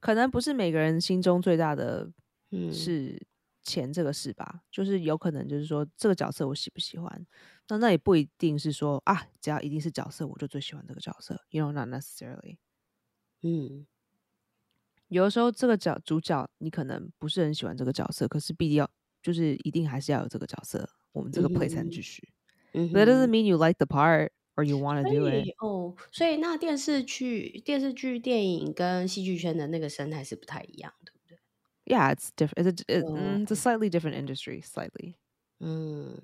Speaker 2: 可能不是每个人心中最大的
Speaker 1: 嗯，
Speaker 2: 是钱这个事吧，就是有可能就是说这个角色我喜不喜欢，那那也不一定是说啊，只要一定是角色我就最喜欢这个角色，you know not necessarily。
Speaker 1: 嗯，
Speaker 2: 有的时候这个角主角你可能不是很喜欢这个角色，可是必定要就是一定还是要有这个角色，我们这个 play 才能继续。
Speaker 1: 嗯
Speaker 2: But that
Speaker 1: 哼
Speaker 2: doesn't mean you like the part or you want to
Speaker 1: 所
Speaker 2: do it.
Speaker 1: 以哦，所以那电视剧、电视剧、电影跟戏剧圈的那个生态是不太一样的。
Speaker 2: Yeah, it's different. It's a, it,
Speaker 1: 哦
Speaker 2: mm, it's a slightly different industry, slightly.
Speaker 1: 嗯，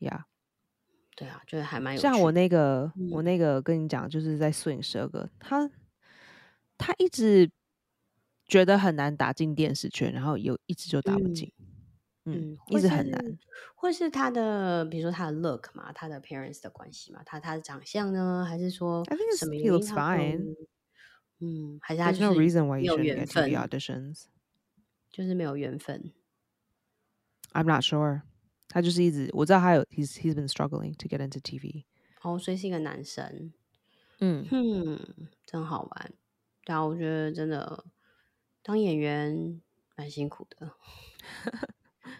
Speaker 2: Yeah.
Speaker 1: 对啊，就是还蛮有
Speaker 2: 像我
Speaker 1: 趣的。
Speaker 2: 那个，我
Speaker 1: 嗯
Speaker 2: 那个跟你讲，就是在摄影师那个，他他一直觉得很难打进电视圈，然后有一直就打不
Speaker 1: 嗯。
Speaker 2: 进，嗯，
Speaker 1: 嗯，
Speaker 2: 一
Speaker 1: 或
Speaker 2: 直
Speaker 1: 是
Speaker 2: 很难。
Speaker 1: 或是他的，比如说他的 look 嘛，他的 appearance 的关系嘛，他他的长相呢，还是说
Speaker 2: I think
Speaker 1: 什
Speaker 2: it's,
Speaker 1: 么
Speaker 2: he
Speaker 1: 原因
Speaker 2: looks
Speaker 1: 他就
Speaker 2: fine.
Speaker 1: 嗯，还是他
Speaker 2: There's
Speaker 1: 就
Speaker 2: no
Speaker 1: 是
Speaker 2: reason why
Speaker 1: 没
Speaker 2: you
Speaker 1: 有
Speaker 2: shouldn't
Speaker 1: 缘
Speaker 2: get TV
Speaker 1: 分，
Speaker 2: auditions.
Speaker 1: 就是没有缘分。
Speaker 2: I'm not sure. 他就是一直我知道他有 he's he's been struggling to get into TV.
Speaker 1: 哦，所以是一个男生，
Speaker 2: 嗯，
Speaker 1: 哼，真好玩。对啊，我觉得真的当演员蛮辛苦的。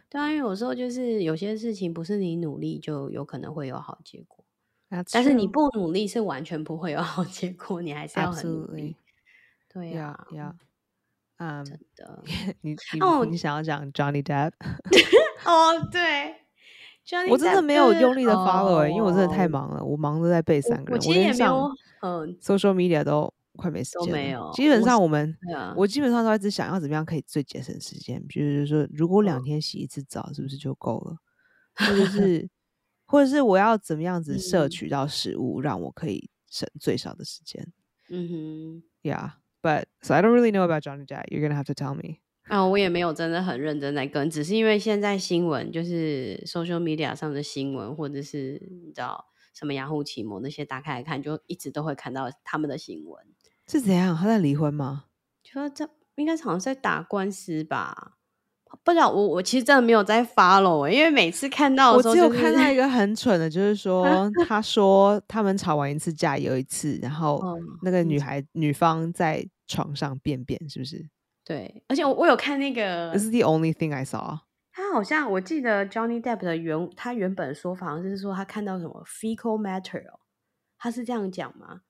Speaker 1: 对啊，因为有时候就是有些事情不是你努力就有可能会有好结果，
Speaker 2: That's
Speaker 1: 但是你
Speaker 2: true.
Speaker 1: 不努力是完全不会有好结果，你还是要很努力。
Speaker 2: Absolutely.
Speaker 1: 对
Speaker 2: Yeah.
Speaker 1: 啊，嗯
Speaker 2: Yeah. Um.
Speaker 1: 真的。
Speaker 2: 你你
Speaker 1: 哦
Speaker 2: 你想要讲 Johnny Depp？
Speaker 1: 哦，对，Johnny
Speaker 2: 我真的
Speaker 1: Depp
Speaker 2: 没
Speaker 1: 就
Speaker 2: 有
Speaker 1: 是
Speaker 2: 用力的 follow 哎、因为我真的太
Speaker 1: 哦，
Speaker 2: 忙了，我忙着在背
Speaker 1: 我
Speaker 2: 三
Speaker 1: 我
Speaker 2: 个人，
Speaker 1: 其
Speaker 2: 我
Speaker 1: 实也
Speaker 2: 连
Speaker 1: 没有
Speaker 2: 上
Speaker 1: 很
Speaker 2: social media 都快没时
Speaker 1: 都
Speaker 2: 间
Speaker 1: 没
Speaker 2: 了。
Speaker 1: 有，
Speaker 2: 基本
Speaker 1: 我
Speaker 2: 上
Speaker 1: 是
Speaker 2: 我们，
Speaker 1: 对啊，
Speaker 2: 我基本上都一直想要怎么样可以最节省时间，就是说，如果两
Speaker 1: 嗯
Speaker 2: 天洗一次澡，是不是就够 了？或者是，或者是我要怎么样子摄
Speaker 1: 嗯
Speaker 2: 取到食物，让我可以省最少的时间。
Speaker 1: 嗯
Speaker 2: Yeah, but so I don't really know about Johnny Depp. You're gonna have to tell me.
Speaker 1: 哼，啊，我也没有真的很认真在跟，只是因为现在新闻就是 social media 上的新闻，或者是你知道什么雅虎奇摩那些打开来看，就一直都会看到他们的新闻。
Speaker 2: 是怎样？他在离婚吗？
Speaker 1: 就说这应该是好像在打官司吧，不知道我我其实真的没有在 follow，、欸、因为每次看到的
Speaker 2: 我
Speaker 1: 时候、
Speaker 2: 只
Speaker 1: 就
Speaker 2: 有
Speaker 1: 是，
Speaker 2: 看到一个很蠢的，就 是说，他说他们吵完一次架，有一次，然后
Speaker 1: 哦
Speaker 2: 那个
Speaker 1: 嗯
Speaker 2: 女孩女方在床上便便，是不是
Speaker 1: 对，而且我我有看那个
Speaker 2: ？This is the only thing I saw.
Speaker 1: 他好像我记得 Johnny Depp 的原他原本说法好像是说他看到什么 fecal matter，、哦、他是这样讲吗？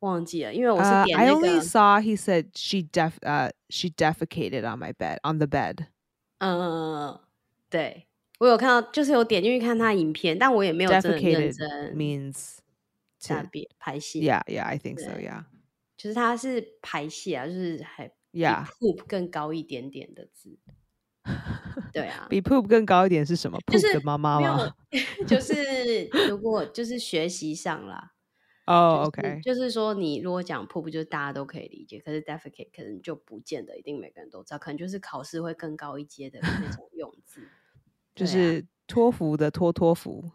Speaker 1: 忘记了，因为我是
Speaker 2: Uh,
Speaker 1: 点
Speaker 2: I
Speaker 1: 那
Speaker 2: only
Speaker 1: 个，
Speaker 2: saw he said she def uh she defecated on my bed on the bed.
Speaker 1: 嗯、对我有看到，就是有点进去看他影片，但我也没有真的认
Speaker 2: Defecated
Speaker 1: 真
Speaker 2: means
Speaker 1: 下
Speaker 2: to
Speaker 1: 边排泄
Speaker 2: yeah yeah I think so
Speaker 1: 对
Speaker 2: yeah
Speaker 1: 就是他是排泄啊，就是还比
Speaker 2: yeah
Speaker 1: poop 更高一点点的字，对啊，
Speaker 2: 比啊 poop 更高一点是什么
Speaker 1: 就
Speaker 2: ？poop
Speaker 1: 是
Speaker 2: 的妈妈
Speaker 1: 没
Speaker 2: 吗？
Speaker 1: 有，就是如果就是学习上啦，
Speaker 2: 哦
Speaker 1: 就是
Speaker 2: ，OK，
Speaker 1: 就是说你如果讲瀑布，就是大家都可以理解，可是 defecate 可能就不见得一定每个人都知道，可能就是考试会更高一阶的那种用 字。
Speaker 2: 就
Speaker 1: 对啊
Speaker 2: 是托福的托托福。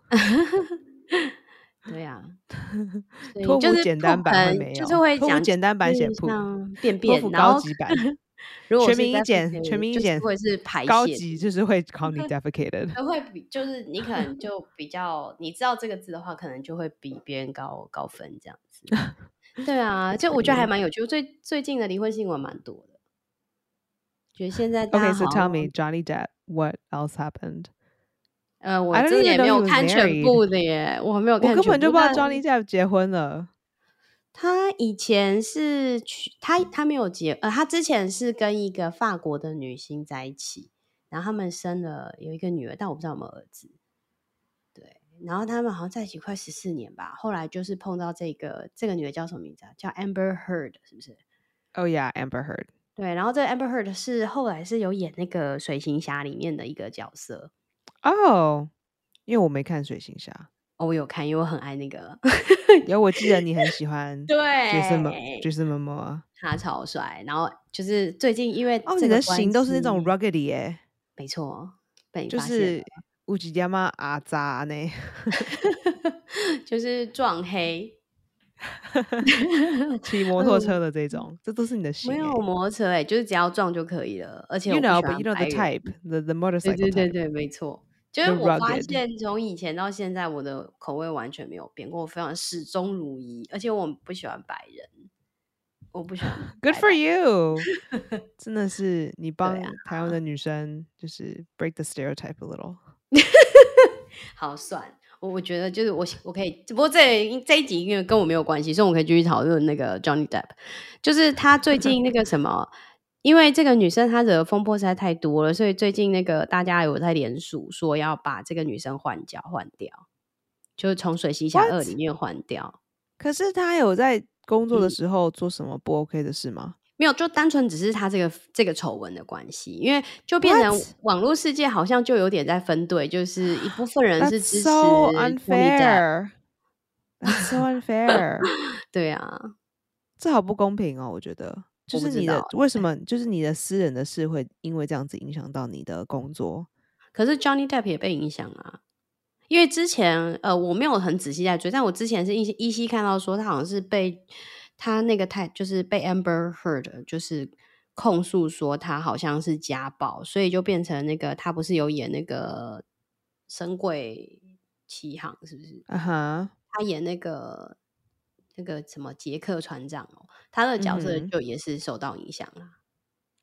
Speaker 1: 对 呀、所以
Speaker 2: 托
Speaker 1: 就
Speaker 2: 福
Speaker 1: 是
Speaker 2: 简单
Speaker 1: poop
Speaker 2: 版会
Speaker 1: 很
Speaker 2: 没
Speaker 1: 就
Speaker 2: 有
Speaker 1: 是会
Speaker 2: 托福
Speaker 1: 讲
Speaker 2: 简单版
Speaker 1: 就
Speaker 2: 写
Speaker 1: 是
Speaker 2: poop
Speaker 1: 像便
Speaker 2: 托
Speaker 1: 便，
Speaker 2: 福
Speaker 1: 然
Speaker 2: 高
Speaker 1: 后
Speaker 2: 级版，
Speaker 1: 如果
Speaker 2: 全
Speaker 1: 是
Speaker 2: 民一检，全
Speaker 1: defecate，
Speaker 2: 民一
Speaker 1: 就是
Speaker 2: 检
Speaker 1: 会是排
Speaker 2: 高
Speaker 1: 泄
Speaker 2: 级
Speaker 1: 的
Speaker 2: 就是会 call 你 defecated。
Speaker 1: 都会比就是你可能就比较你知道这个字的话，可能就会比别人高高分这样子。 对啊，就我觉
Speaker 2: 嗯
Speaker 1: 得还蛮有趣，最最近的离婚新闻蛮多的。觉得现在大家
Speaker 2: Okay, so
Speaker 1: 好
Speaker 2: tell
Speaker 1: 像
Speaker 2: me, Johnny Depp, what else happened?
Speaker 1: 呃，我
Speaker 2: I don't
Speaker 1: 真的
Speaker 2: even
Speaker 1: 也
Speaker 2: know
Speaker 1: 没
Speaker 2: he
Speaker 1: 有
Speaker 2: was
Speaker 1: 看全
Speaker 2: married
Speaker 1: 部的耶，我还没有看全
Speaker 2: 我根
Speaker 1: 部。
Speaker 2: 本就不知道
Speaker 1: 但
Speaker 2: Johnny Depp 结婚了。
Speaker 1: 他以前是去他他没有结呃，他之前是跟一个法国的女星在一起，然后他们生了有一个女儿，但我不知道有没有儿子。对，然后他们好像在一起快十四年吧，后来就是碰到这个这个女的叫什么名字啊？叫 Amber Heard 是不是？
Speaker 2: Oh yeah, Amber Heard.
Speaker 1: 对，然后这个 Amber Heard 是后来是有演那个《水行侠》里面的一个角色。
Speaker 2: 哦，因为我没看水行侠，
Speaker 1: 哦，我有看，因为我很爱那 个，
Speaker 2: 有我记得你很喜 欢
Speaker 1: 对，
Speaker 2: 角色嘛，角色妈妈。
Speaker 1: 他超帅。然后就是最近因为
Speaker 2: 哦，
Speaker 1: 这
Speaker 2: 你
Speaker 1: 个
Speaker 2: 的
Speaker 1: 关
Speaker 2: 型都是那种
Speaker 1: 系
Speaker 2: ruggedy 耶、
Speaker 1: 没错，被你
Speaker 2: 就
Speaker 1: 发现
Speaker 2: 是乌吉亚妈阿扎呢。
Speaker 1: 了， 就是撞黑，
Speaker 2: 骑摩托车的这种，这都是你的
Speaker 1: 嗯
Speaker 2: 型、
Speaker 1: 没
Speaker 2: 欸。
Speaker 1: 有摩托车哎、就是只要撞就可以了，而且
Speaker 2: You
Speaker 1: 我不
Speaker 2: know,
Speaker 1: 喜
Speaker 2: but
Speaker 1: 欢
Speaker 2: you know
Speaker 1: 白
Speaker 2: the
Speaker 1: 人
Speaker 2: type, the
Speaker 1: 对
Speaker 2: the motorcycle
Speaker 1: 对对
Speaker 2: type.
Speaker 1: 对，没错。就是
Speaker 2: 就
Speaker 1: 我发
Speaker 2: rugged
Speaker 1: 现，从以前到现在，我的口味完全没有变过，我非常始终如一，而且我不喜欢白人，我不喜欢
Speaker 2: Good
Speaker 1: 白
Speaker 2: for
Speaker 1: 白
Speaker 2: you，真的是你帮
Speaker 1: 对啊
Speaker 2: 台湾的女生就是 break the stereotype a little。
Speaker 1: 好，算我我觉得就是我我可以，只不过这这一集因为跟我没有关系，所以我们可以继续讨论那个 Johnny Depp，就是他最近那个什么，因为这个女生她惹风波实在太多了，所以最近那个大家有在联署说要把这个女生换角换掉，就是从《水行侠二》
Speaker 2: What？
Speaker 1: 里面换掉，
Speaker 2: 可是他有在工作的
Speaker 1: 嗯
Speaker 2: 时候做什么不 OK 的事吗？
Speaker 1: 没有就单纯只是他这个这个丑闻的关系，因为就变成
Speaker 2: What？
Speaker 1: 网络世界好像就有点在分队，就是一部分人
Speaker 2: That's
Speaker 1: 是支持
Speaker 2: so
Speaker 1: Johnny Depp，
Speaker 2: unfair. That's so unfair.
Speaker 1: 对啊。
Speaker 2: 这好不公平哦，我觉得。就
Speaker 1: 我不
Speaker 2: 是
Speaker 1: 知
Speaker 2: 你的
Speaker 1: 道
Speaker 2: 为什么？就是你的私人的事会因为这样子影响到你的工作？
Speaker 1: 可是 Johnny Depp 也被影响啊，因为之前呃我没有很仔细在追，但我之前是依稀依稀看到说他好像是被他那个太就是被 Amber Heard 就是控诉说他好像是家暴，所以就变成那个他不是有演那个《神鬼奇航》是不是？
Speaker 2: 啊哈，
Speaker 1: 他演那个那个什么杰克船长哦，他的角色
Speaker 2: 嗯哼
Speaker 1: 就也是受到影响了、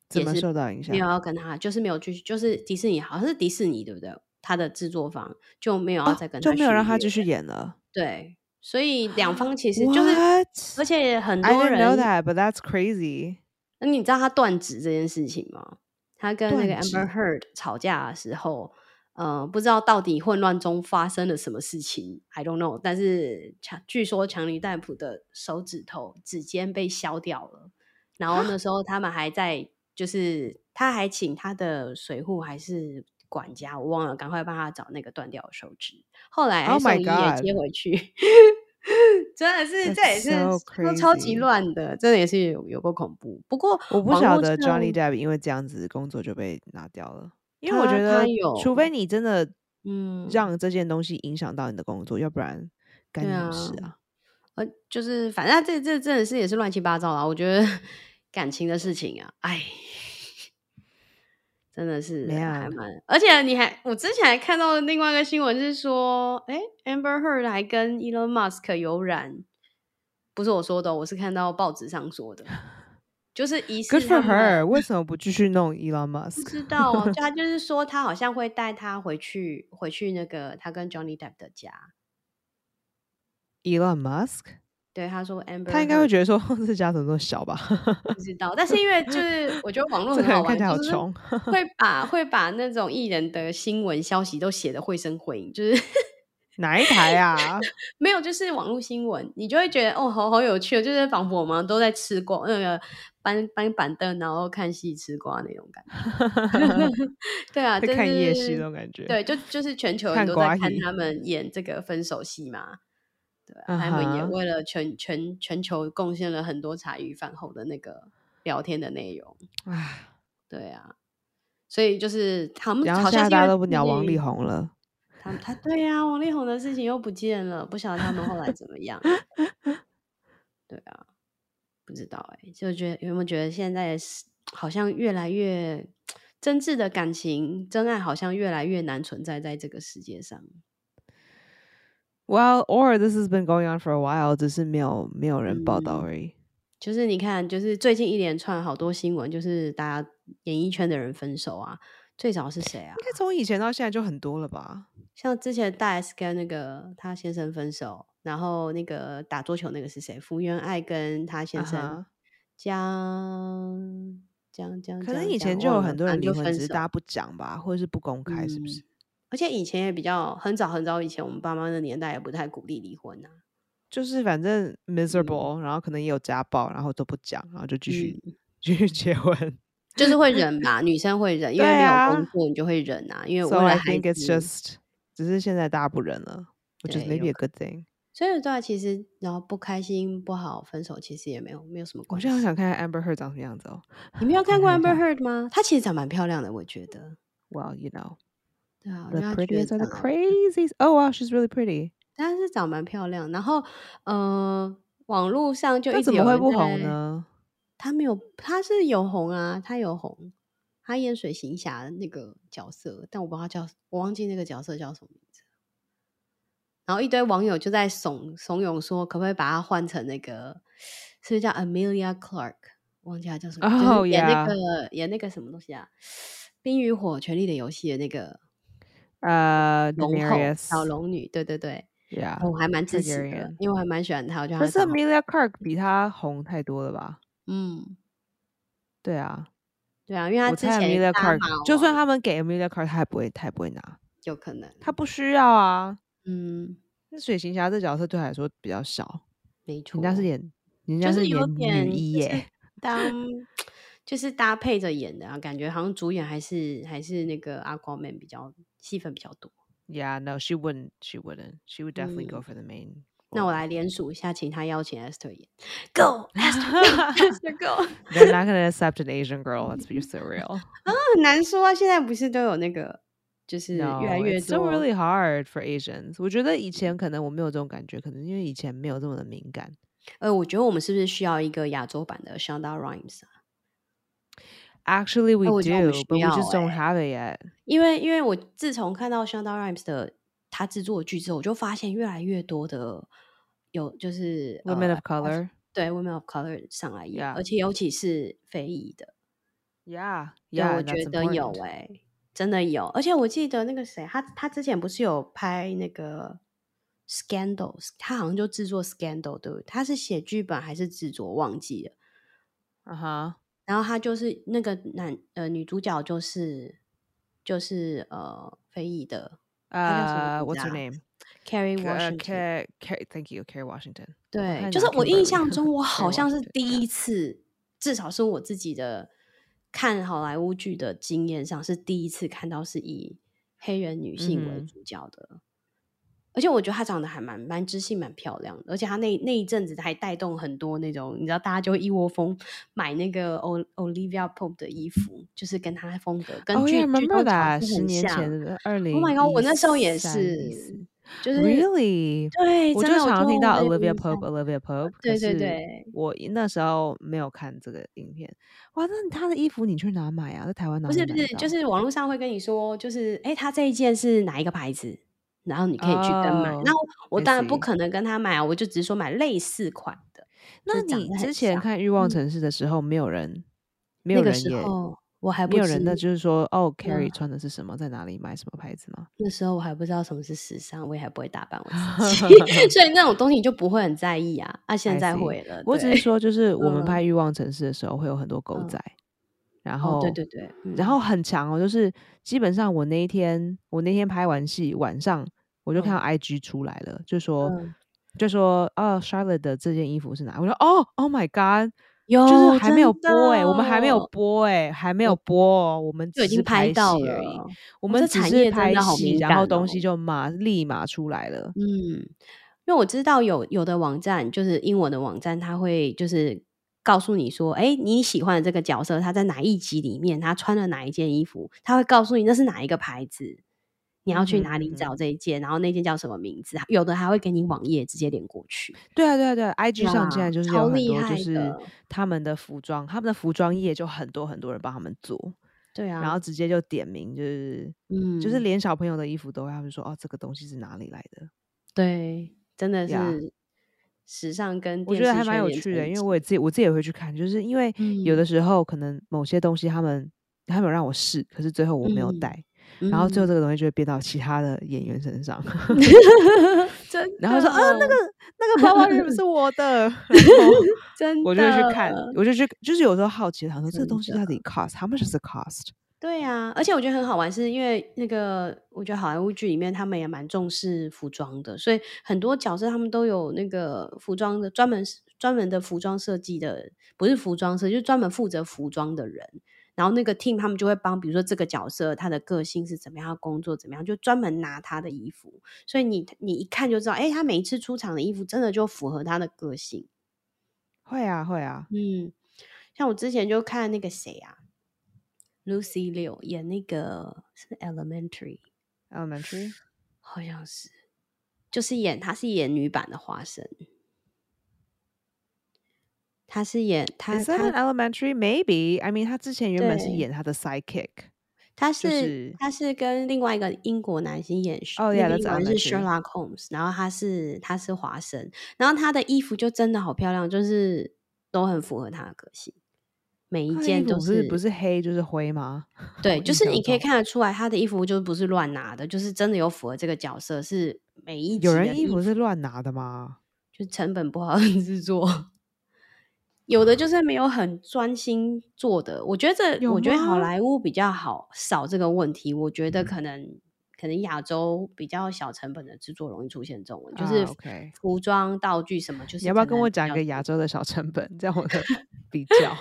Speaker 2: 怎
Speaker 1: 也
Speaker 2: 么
Speaker 1: 是
Speaker 2: 受到影响
Speaker 1: 没？有要跟他，就是没有继续，就是迪士尼好像是迪士尼对不对？他的制作方就没有要
Speaker 2: 哦
Speaker 1: 再跟他、
Speaker 2: 就没有让他继续演了。
Speaker 1: 对，所以两方其实就是，
Speaker 2: What？
Speaker 1: 而且很
Speaker 2: I
Speaker 1: 多
Speaker 2: didn't know
Speaker 1: 人，
Speaker 2: that, but that's crazy.
Speaker 1: 那你知道他断指这件事情吗？他跟那个
Speaker 2: 断指
Speaker 1: Amber Heard 吵架的时候，呃，不知道到底混乱中发生了什么事情，I don't know。但是强据说强尼戴普的手指头指尖被削掉了，然后
Speaker 2: 啊
Speaker 1: 那时候他们还在，就是他还请他的水户还是管家，我忘了，赶快帮他找那个断掉的手指。后来
Speaker 2: Oh my
Speaker 1: 送医也
Speaker 2: God
Speaker 1: 接回去， 真的是，这也
Speaker 2: That's
Speaker 1: 是超
Speaker 2: so
Speaker 1: 超级
Speaker 2: crazy
Speaker 1: 乱的，真的也是有有够恐怖。不过
Speaker 2: 我不
Speaker 1: 网
Speaker 2: 晓
Speaker 1: 络
Speaker 2: 得
Speaker 1: 上
Speaker 2: Johnny Depp 因为这样子工作就被拿掉了，因为我
Speaker 1: 他
Speaker 2: 觉
Speaker 1: 他
Speaker 2: 得，除非
Speaker 1: 有
Speaker 2: 你真的
Speaker 1: 嗯
Speaker 2: 让这件东西影响到你的工作，要不然干你
Speaker 1: 对
Speaker 2: 什
Speaker 1: 啊
Speaker 2: 么事啊？
Speaker 1: 呃，就是反正这这真的是也是乱七八糟啦。我觉得 感情的事情啊，哎，真的是
Speaker 2: 没啊
Speaker 1: 还蛮……而且你还，我之前还看到另外一个新闻是说，哎，Amber Heard 还跟 Elon Musk 有染，不是我说的哦，我是看到报纸上说的，就是疑似
Speaker 2: Good for
Speaker 1: 他们
Speaker 2: her，为什么不继续弄 Elon
Speaker 1: 不
Speaker 2: Musk？
Speaker 1: 知道啊，就他就是说他好像会带他回去，回去那个他跟 Johnny Depp 的家。
Speaker 2: Elon Musk，
Speaker 1: 对，他说 Amber，
Speaker 2: 他应该会
Speaker 1: Heard
Speaker 2: 觉得说这家怎么那么小吧？
Speaker 1: 不知道，但是因为就是我觉得 网络
Speaker 2: 这
Speaker 1: 很好
Speaker 2: 个人
Speaker 1: 玩，
Speaker 2: 看起来好
Speaker 1: 就是
Speaker 2: 穷。
Speaker 1: 会把会把那种艺人的新闻消息都写的绘声绘影，就是
Speaker 2: 哪一台啊？
Speaker 1: 没有就是网络新闻，你就会觉得哦，好好有趣哦，就是仿佛我们都在吃瓜那个搬搬板凳，然后看戏吃瓜那种感觉。 对啊，
Speaker 2: 在
Speaker 1: 就
Speaker 2: 看夜戏
Speaker 1: 是
Speaker 2: 那种感觉。
Speaker 1: 对，就就是全球人
Speaker 2: 看
Speaker 1: 都在
Speaker 2: 瓜
Speaker 1: 看
Speaker 2: 戏
Speaker 1: 他们演这个分手戏嘛。对啊，
Speaker 2: 嗯
Speaker 1: 他们也
Speaker 2: 哼
Speaker 1: 为了全全全球贡献了很多茶余饭后的那个聊天的内容。
Speaker 2: 啊，
Speaker 1: 对啊，所以就是他们
Speaker 2: 然后
Speaker 1: 好
Speaker 2: 现
Speaker 1: 像嗯
Speaker 2: 在
Speaker 1: 是因
Speaker 2: 大家
Speaker 1: 为
Speaker 2: 都不鸟
Speaker 1: 最
Speaker 2: 王力
Speaker 1: 近
Speaker 2: 宏了。
Speaker 1: 他们他对呀、王力宏的事情又不见了，不晓得他们后来怎么 样。对啊，不知道哎、就觉得有没有觉得现在是好像越来越真挚的感情、真爱好像越来越难存在在这个世界上。
Speaker 2: Well, or this has been going on for a while，只是没有没有人报道
Speaker 1: 嗯
Speaker 2: 而已。
Speaker 1: 就是你看，就是最近一连串好多新闻，就是大家演艺圈的人分手啊，最早是谁啊
Speaker 2: 应？该从以前到现在就很多了吧？
Speaker 1: 像之前大 S 跟那个她先生分手，然后那个打桌球那个是谁？福原爱跟她
Speaker 2: 啊
Speaker 1: 先生
Speaker 2: 哈，
Speaker 1: 江江江，
Speaker 2: 可能
Speaker 1: 江
Speaker 2: 以
Speaker 1: 江
Speaker 2: 前就
Speaker 1: 忘
Speaker 2: 有
Speaker 1: 了
Speaker 2: 很多
Speaker 1: 反正
Speaker 2: 人离
Speaker 1: 就
Speaker 2: 婚，
Speaker 1: 分
Speaker 2: 只是
Speaker 1: 手
Speaker 2: 大。家不讲吧，或者是不公开，是不是
Speaker 1: 嗯？，而且以前也比较很早很早以前，我们爸妈的年代也不太鼓励离婚啊。
Speaker 2: 就是反正
Speaker 1: 嗯
Speaker 2: miserable，然后可能也有家暴，然后都不讲，然后就继续
Speaker 1: 嗯，
Speaker 2: 继续结婚。
Speaker 1: 就是会忍 吧，女生会忍，因为
Speaker 2: 对
Speaker 1: 没有工
Speaker 2: 啊
Speaker 1: 作你就会忍啊，因为
Speaker 2: So
Speaker 1: 为了
Speaker 2: I
Speaker 1: 孩
Speaker 2: think it's
Speaker 1: 子。
Speaker 2: just，只是现在大家不忍了，which is
Speaker 1: 对有
Speaker 2: maybe a good thing。
Speaker 1: 所以对啊，其实然后不开心、不好分手，其实也没有没有什么
Speaker 2: 我
Speaker 1: 关
Speaker 2: 现在好
Speaker 1: 系。
Speaker 2: 想看看 Amber Heard 长什么样子哦。
Speaker 1: 你没有看
Speaker 2: 想
Speaker 1: 过
Speaker 2: 看一
Speaker 1: Amber
Speaker 2: 下
Speaker 1: Heard 吗？她其实长蛮漂亮的，我觉得。
Speaker 2: Well, you know,
Speaker 1: 对啊，我
Speaker 2: the
Speaker 1: 觉得她觉得长
Speaker 2: prettiest are the
Speaker 1: 得
Speaker 2: crazies. Oh wow, she's really pretty.
Speaker 1: 她是长蛮漂亮。然后，呃，网络上就
Speaker 2: 那
Speaker 1: 一直
Speaker 2: 怎么
Speaker 1: 有
Speaker 2: 会
Speaker 1: 人
Speaker 2: 不红
Speaker 1: 在？
Speaker 2: 呢？
Speaker 1: 她没有，她是有红啊，她有红。她演水行侠那个角色，但我不知道她叫，我忘记那个角色叫什么名字。然后一堆网友就在怂怂恿说，可不可以把她换成那个，是不是叫 Amelia Clark？忘记她叫什么，就
Speaker 2: Oh,
Speaker 1: 是演那
Speaker 2: yeah.
Speaker 1: 个演那个什么东西啊，《冰与火：权力的游戏》的那个
Speaker 2: 呃
Speaker 1: 龙后小
Speaker 2: ，Daenerys，
Speaker 1: 龙女，对对对，
Speaker 2: yeah，
Speaker 1: 我哦还蛮支持的
Speaker 2: Targaryen，
Speaker 1: 因为我还蛮喜欢她，我觉得
Speaker 2: 可
Speaker 1: 她
Speaker 2: 是
Speaker 1: 长得好，
Speaker 2: Amelia Clark 比她红太多了吧？
Speaker 1: 嗯，
Speaker 2: 对啊，
Speaker 1: 对啊，因为她
Speaker 2: 我
Speaker 1: 之
Speaker 2: 猜
Speaker 1: 前
Speaker 2: Amelia
Speaker 1: 大啊嗯
Speaker 2: Clark
Speaker 1: 马
Speaker 2: 就算
Speaker 1: 王
Speaker 2: 他们给 Amelia Clark，她也不会，她也不会拿，
Speaker 1: 有可能，
Speaker 2: 她不需要啊。
Speaker 1: 嗯，
Speaker 2: 那水行侠这角色对她来说比较小，
Speaker 1: 没
Speaker 2: 人家
Speaker 1: 错
Speaker 2: 是，演，人
Speaker 1: 就
Speaker 2: 家
Speaker 1: 是
Speaker 2: 是
Speaker 1: 有
Speaker 2: 演女
Speaker 1: 点
Speaker 2: 一
Speaker 1: 就是
Speaker 2: 耶。
Speaker 1: 当就是搭配着演的啊，感觉好像主演还是还是那个阿 q 妹比较戏份比较多。
Speaker 2: Yeah, no, she wouldn't. She wouldn't. She would definitely go
Speaker 1: 嗯
Speaker 2: for the main
Speaker 1: 那我
Speaker 2: role.
Speaker 1: 来联署一下，请他邀请 Esther 演，Go Esther，Go Esther Go，
Speaker 2: They're not gonna accept an Asian girl. That's you're so real.
Speaker 1: 很难说啊，现在不是都有那个， 就是越来
Speaker 2: No,
Speaker 1: 越
Speaker 2: it's still
Speaker 1: 多
Speaker 2: really hard for Asians. 我觉得以前可能我没有这种感觉，可能因为以前没有这么的敏感。
Speaker 1: 呃，我觉得我们是不是需要一个亚洲版的 Shonda Rhimes 啊？
Speaker 2: Actually, we
Speaker 1: 哎我觉得我们
Speaker 2: do,
Speaker 1: 需
Speaker 2: but we
Speaker 1: 要
Speaker 2: just don't have it yet.
Speaker 1: 因为因为我自从看到 Shonda Rhimes 的她制作的剧之后，我就发现越来越多的有就是呃
Speaker 2: Women of
Speaker 1: 阿富
Speaker 2: color,
Speaker 1: 对 Women of Color 上来演，
Speaker 2: yeah,
Speaker 1: 而且尤其是非裔的，
Speaker 2: yeah,
Speaker 1: 对，
Speaker 2: yeah,
Speaker 1: 我
Speaker 2: and
Speaker 1: 觉
Speaker 2: that's
Speaker 1: 得有
Speaker 2: important.
Speaker 1: 哎、真的有，而且我记得那个谁，他他之前不是有拍那个 Scandal，他好像就制作 Scandal 对不对？他是写剧本还是制作忘记了。
Speaker 2: Uh huh.
Speaker 1: 然后他就是那个男呃女主角就是就是呃非裔的，她叫什么
Speaker 2: Uh,
Speaker 1: 名字
Speaker 2: what's her
Speaker 1: 啊
Speaker 2: name?
Speaker 1: ？Carrie
Speaker 2: K- Uh,
Speaker 1: Washington。
Speaker 2: K- K- thank you, Kerry Washington. 我
Speaker 1: 对，
Speaker 2: 看
Speaker 1: 就
Speaker 2: 讲
Speaker 1: 是我印
Speaker 2: Kimberly,
Speaker 1: 象中，我
Speaker 2: Kerry
Speaker 1: 好像是
Speaker 2: Washington.
Speaker 1: 第
Speaker 2: Yeah.
Speaker 1: 一次，至少是我自己的看好莱坞剧的经验上，是第一次看到是以黑人女性为
Speaker 2: 嗯哼
Speaker 1: 主角的。而且我觉得她长得还蛮蛮知性、蛮漂亮的，而且她那那一阵子还带动很多那种，你知道，大家就一窝蜂买那个 O Olivia Pope 的衣服，就是跟她风格跟
Speaker 2: 哦
Speaker 1: 剧
Speaker 2: ，yeah,
Speaker 1: 剧
Speaker 2: remember
Speaker 1: 都潮
Speaker 2: that
Speaker 1: 是
Speaker 2: 十
Speaker 1: 很
Speaker 2: 年前
Speaker 1: 像。
Speaker 2: 的二零
Speaker 1: Oh my god！我那时候也是，
Speaker 2: 14
Speaker 1: 就是
Speaker 2: ，really，
Speaker 1: 对，
Speaker 2: 我
Speaker 1: 真
Speaker 2: 就
Speaker 1: 的
Speaker 2: 常常
Speaker 1: 就
Speaker 2: 听到
Speaker 1: 有
Speaker 2: Olivia
Speaker 1: 印象
Speaker 2: Pope，Olivia Pope，可
Speaker 1: 对对
Speaker 2: 是
Speaker 1: 对
Speaker 2: 我那时候没有看这个影片。哇，那她的衣服你去哪买啊？在台湾哪
Speaker 1: 不
Speaker 2: 里
Speaker 1: 是不
Speaker 2: 买得
Speaker 1: 是，
Speaker 2: 到？
Speaker 1: 就是网络上会跟你说，就是哎，诶他这一件是哪一个牌子，然后你可以去跟买。那
Speaker 2: 哦、
Speaker 1: 我
Speaker 2: i
Speaker 1: 当然不
Speaker 2: see。
Speaker 1: 可能跟他买啊，我就只是说买类似款的，就
Speaker 2: 那
Speaker 1: 是长
Speaker 2: 你
Speaker 1: 得很
Speaker 2: 之前
Speaker 1: 像。
Speaker 2: 看《欲
Speaker 1: 嗯，
Speaker 2: 望城市》的时候，没有人，没有
Speaker 1: 那个
Speaker 2: 人
Speaker 1: 时
Speaker 2: 也，
Speaker 1: 候我还
Speaker 2: 没
Speaker 1: 不
Speaker 2: 有
Speaker 1: 知，
Speaker 2: 人，那就是说，
Speaker 1: 嗯，
Speaker 2: 哦，Carrie 穿的是什么，在哪里买什么牌子吗？
Speaker 1: 那时候我还不知道什么是时尚，我也还不会打扮我自己， 所以那种东西你就不会很在意啊。啊，现
Speaker 2: I
Speaker 1: 在
Speaker 2: see。
Speaker 1: 会了，
Speaker 2: 我只
Speaker 1: 对，
Speaker 2: 是说，就是我们
Speaker 1: 嗯
Speaker 2: 拍《欲望城市》的时候，会有很多狗
Speaker 1: 嗯，
Speaker 2: 仔，然
Speaker 1: 哦，对
Speaker 2: 后，
Speaker 1: 对对，嗯
Speaker 2: 然后很强哦，就是基本上我那一天，我那天拍完戏，晚上我就看
Speaker 1: 嗯
Speaker 2: 到 IG 出来了，就说，
Speaker 1: 嗯，
Speaker 2: 就说，哦，Charlotte 的这件衣服是哪？我说，哦，Oh my God，就是
Speaker 1: 有
Speaker 2: 还没有
Speaker 1: 哦真的，
Speaker 2: 播欸诶、我们还没有播诶、还没有
Speaker 1: 我
Speaker 2: 播哦，我们
Speaker 1: 就已
Speaker 2: 只是
Speaker 1: 经拍
Speaker 2: 拍
Speaker 1: 到
Speaker 2: 戏而已，
Speaker 1: 了。
Speaker 2: 我
Speaker 1: 我、
Speaker 2: 们
Speaker 1: 这
Speaker 2: 只
Speaker 1: 产
Speaker 2: 是
Speaker 1: 业真
Speaker 2: 拍
Speaker 1: 的好
Speaker 2: 戏，
Speaker 1: 敏
Speaker 2: 然后
Speaker 1: 感
Speaker 2: 东西
Speaker 1: 哦。
Speaker 2: 就马立马出来了。
Speaker 1: 嗯，因为我知道有有的网站就是英文的网站，它会就是告诉你说，哎，你喜欢的这个角色他在哪一集里面，他穿了哪一件衣服，他会告诉你那是哪一个牌子，你要
Speaker 2: 嗯
Speaker 1: 去
Speaker 2: 哼
Speaker 1: 哪
Speaker 2: 嗯
Speaker 1: 里
Speaker 2: 哼。
Speaker 1: 找这一件，然后那件叫什么名字，有的还会给你网页直接连过去，
Speaker 2: 对啊，对啊，对啊，IG
Speaker 1: 哇，
Speaker 2: 上现在就是有
Speaker 1: 超
Speaker 2: 很
Speaker 1: 厉
Speaker 2: 多，就
Speaker 1: 害
Speaker 2: 是
Speaker 1: 的，
Speaker 2: 他们的服装，他们的服装业就很多很多人帮他们做，
Speaker 1: 对
Speaker 2: 然后
Speaker 1: 啊，
Speaker 2: 直接就点名，就是就是
Speaker 1: 嗯，
Speaker 2: 连小朋友的衣服都会，他们说哦，这个东西是哪里来的
Speaker 1: 对，真的
Speaker 2: 呀
Speaker 1: 是时尚跟
Speaker 2: 我
Speaker 1: 电
Speaker 2: 觉得
Speaker 1: 视
Speaker 2: 还蛮
Speaker 1: 圈
Speaker 2: 有
Speaker 1: 连
Speaker 2: 趣
Speaker 1: 在
Speaker 2: 的，
Speaker 1: 一
Speaker 2: 因为
Speaker 1: 起，
Speaker 2: 我也自己我自己也会去看，就是因为有的
Speaker 1: 嗯
Speaker 2: 时候可能某些东西他们他们有让我试，可是最后我没有
Speaker 1: 嗯
Speaker 2: 带，然后最后
Speaker 1: 嗯，
Speaker 2: 这个东西就会变到其他的演员 身上，
Speaker 1: 嗯真
Speaker 2: 然后说啊，
Speaker 1: 的。
Speaker 2: 那
Speaker 1: 哦
Speaker 2: 个那个包包原本是我的，然后
Speaker 1: 真
Speaker 2: 我就会去
Speaker 1: 的，
Speaker 2: 看，我就去，就是有时候好奇，想说这个
Speaker 1: 真
Speaker 2: 东西
Speaker 1: 的，
Speaker 2: 到底 cost，how much is it cost？
Speaker 1: 对呀、而且我觉得很好玩，是因为那个我觉得好莱坞剧里面他们也蛮重视服装的，所以很多角色他们都有那个服装的专门专门的服装设计的，不是服装设计，就是专门负责服装的人。然后那个 team 他们就会帮，比如说这个角色他的个性是怎么样，他工作怎么样，就专门拿他的衣服。所以你你一看就知道，哎，他每一次出场的衣服真的就符合他的个性。
Speaker 2: 会啊，会啊，
Speaker 1: 嗯，像我之前就看那个谁啊，Lucy Liu 演那个是 Elementary，
Speaker 2: elementary
Speaker 1: 好像是，就是演她是演女版的花生，她是演她
Speaker 2: is that
Speaker 1: 她
Speaker 2: an elementary maybe I mean 他之前原本是
Speaker 1: 对
Speaker 2: 演他的 sidekick，
Speaker 1: 她
Speaker 2: 就是是
Speaker 1: 她是跟另外一个英国男星演，Sh-
Speaker 2: oh
Speaker 1: 那
Speaker 2: yeah
Speaker 1: 个
Speaker 2: that's
Speaker 1: 英国人是
Speaker 2: elementary
Speaker 1: Sherlock Holmes，然后她是她是华生，然后她的衣服就真的好漂亮，就是都很符合她的个性，每一
Speaker 2: 他的衣
Speaker 1: 件
Speaker 2: 服
Speaker 1: 都
Speaker 2: 不是不
Speaker 1: 是
Speaker 2: 是黑就是灰吗？
Speaker 1: 对，
Speaker 2: 我
Speaker 1: 就
Speaker 2: 印
Speaker 1: 是你
Speaker 2: 象
Speaker 1: 可以
Speaker 2: 中
Speaker 1: 看得出来，他的衣服就不是乱拿的，就是真的有符合这个角色，是每一
Speaker 2: 有
Speaker 1: 集
Speaker 2: 人
Speaker 1: 的
Speaker 2: 衣
Speaker 1: 衣
Speaker 2: 服是
Speaker 1: 服，
Speaker 2: 乱拿的吗？
Speaker 1: 就成本不好制作，有的就是没有很专心做的。我觉得这，
Speaker 2: 嗯有
Speaker 1: 我觉得好
Speaker 2: 吗？嗯
Speaker 1: 莱坞比较好少这个问题，我觉得可能可能亚洲比较小成本的制作容易出现这种问题，就是
Speaker 2: 啊，OK，
Speaker 1: 服装、道具什么，就
Speaker 2: 你
Speaker 1: 是
Speaker 2: 要不要
Speaker 1: 可
Speaker 2: 跟
Speaker 1: 能
Speaker 2: 我
Speaker 1: 比
Speaker 2: 讲一
Speaker 1: 较
Speaker 2: 个亚
Speaker 1: 低。
Speaker 2: 洲的小成本， 这样我的比 较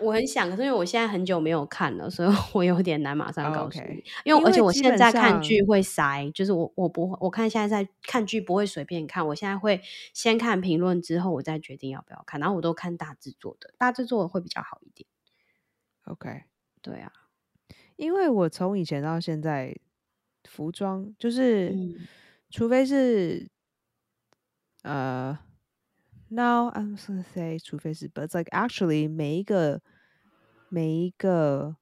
Speaker 1: 我很想，可是因为我现在很久没有看了，所以 我有点难马上
Speaker 2: 啊
Speaker 1: 告诉
Speaker 2: ，OK，
Speaker 1: 你。因为
Speaker 2: 因
Speaker 1: 而且
Speaker 2: 为
Speaker 1: 我
Speaker 2: 基
Speaker 1: 现
Speaker 2: 本
Speaker 1: 在看
Speaker 2: 上。
Speaker 1: 剧会筛，就是我我不会，我看现在在看剧不会随便看，我现在会先看评论之后，我再决定要不要看。然后我都看大制作的，大制作会比较好一点。
Speaker 2: OK，
Speaker 1: 对啊，
Speaker 2: 因为我从以前到现在，服装就是，
Speaker 1: 嗯
Speaker 2: 除非是呃，now I'm just gonna say，除非是，but like actually 每一个每一个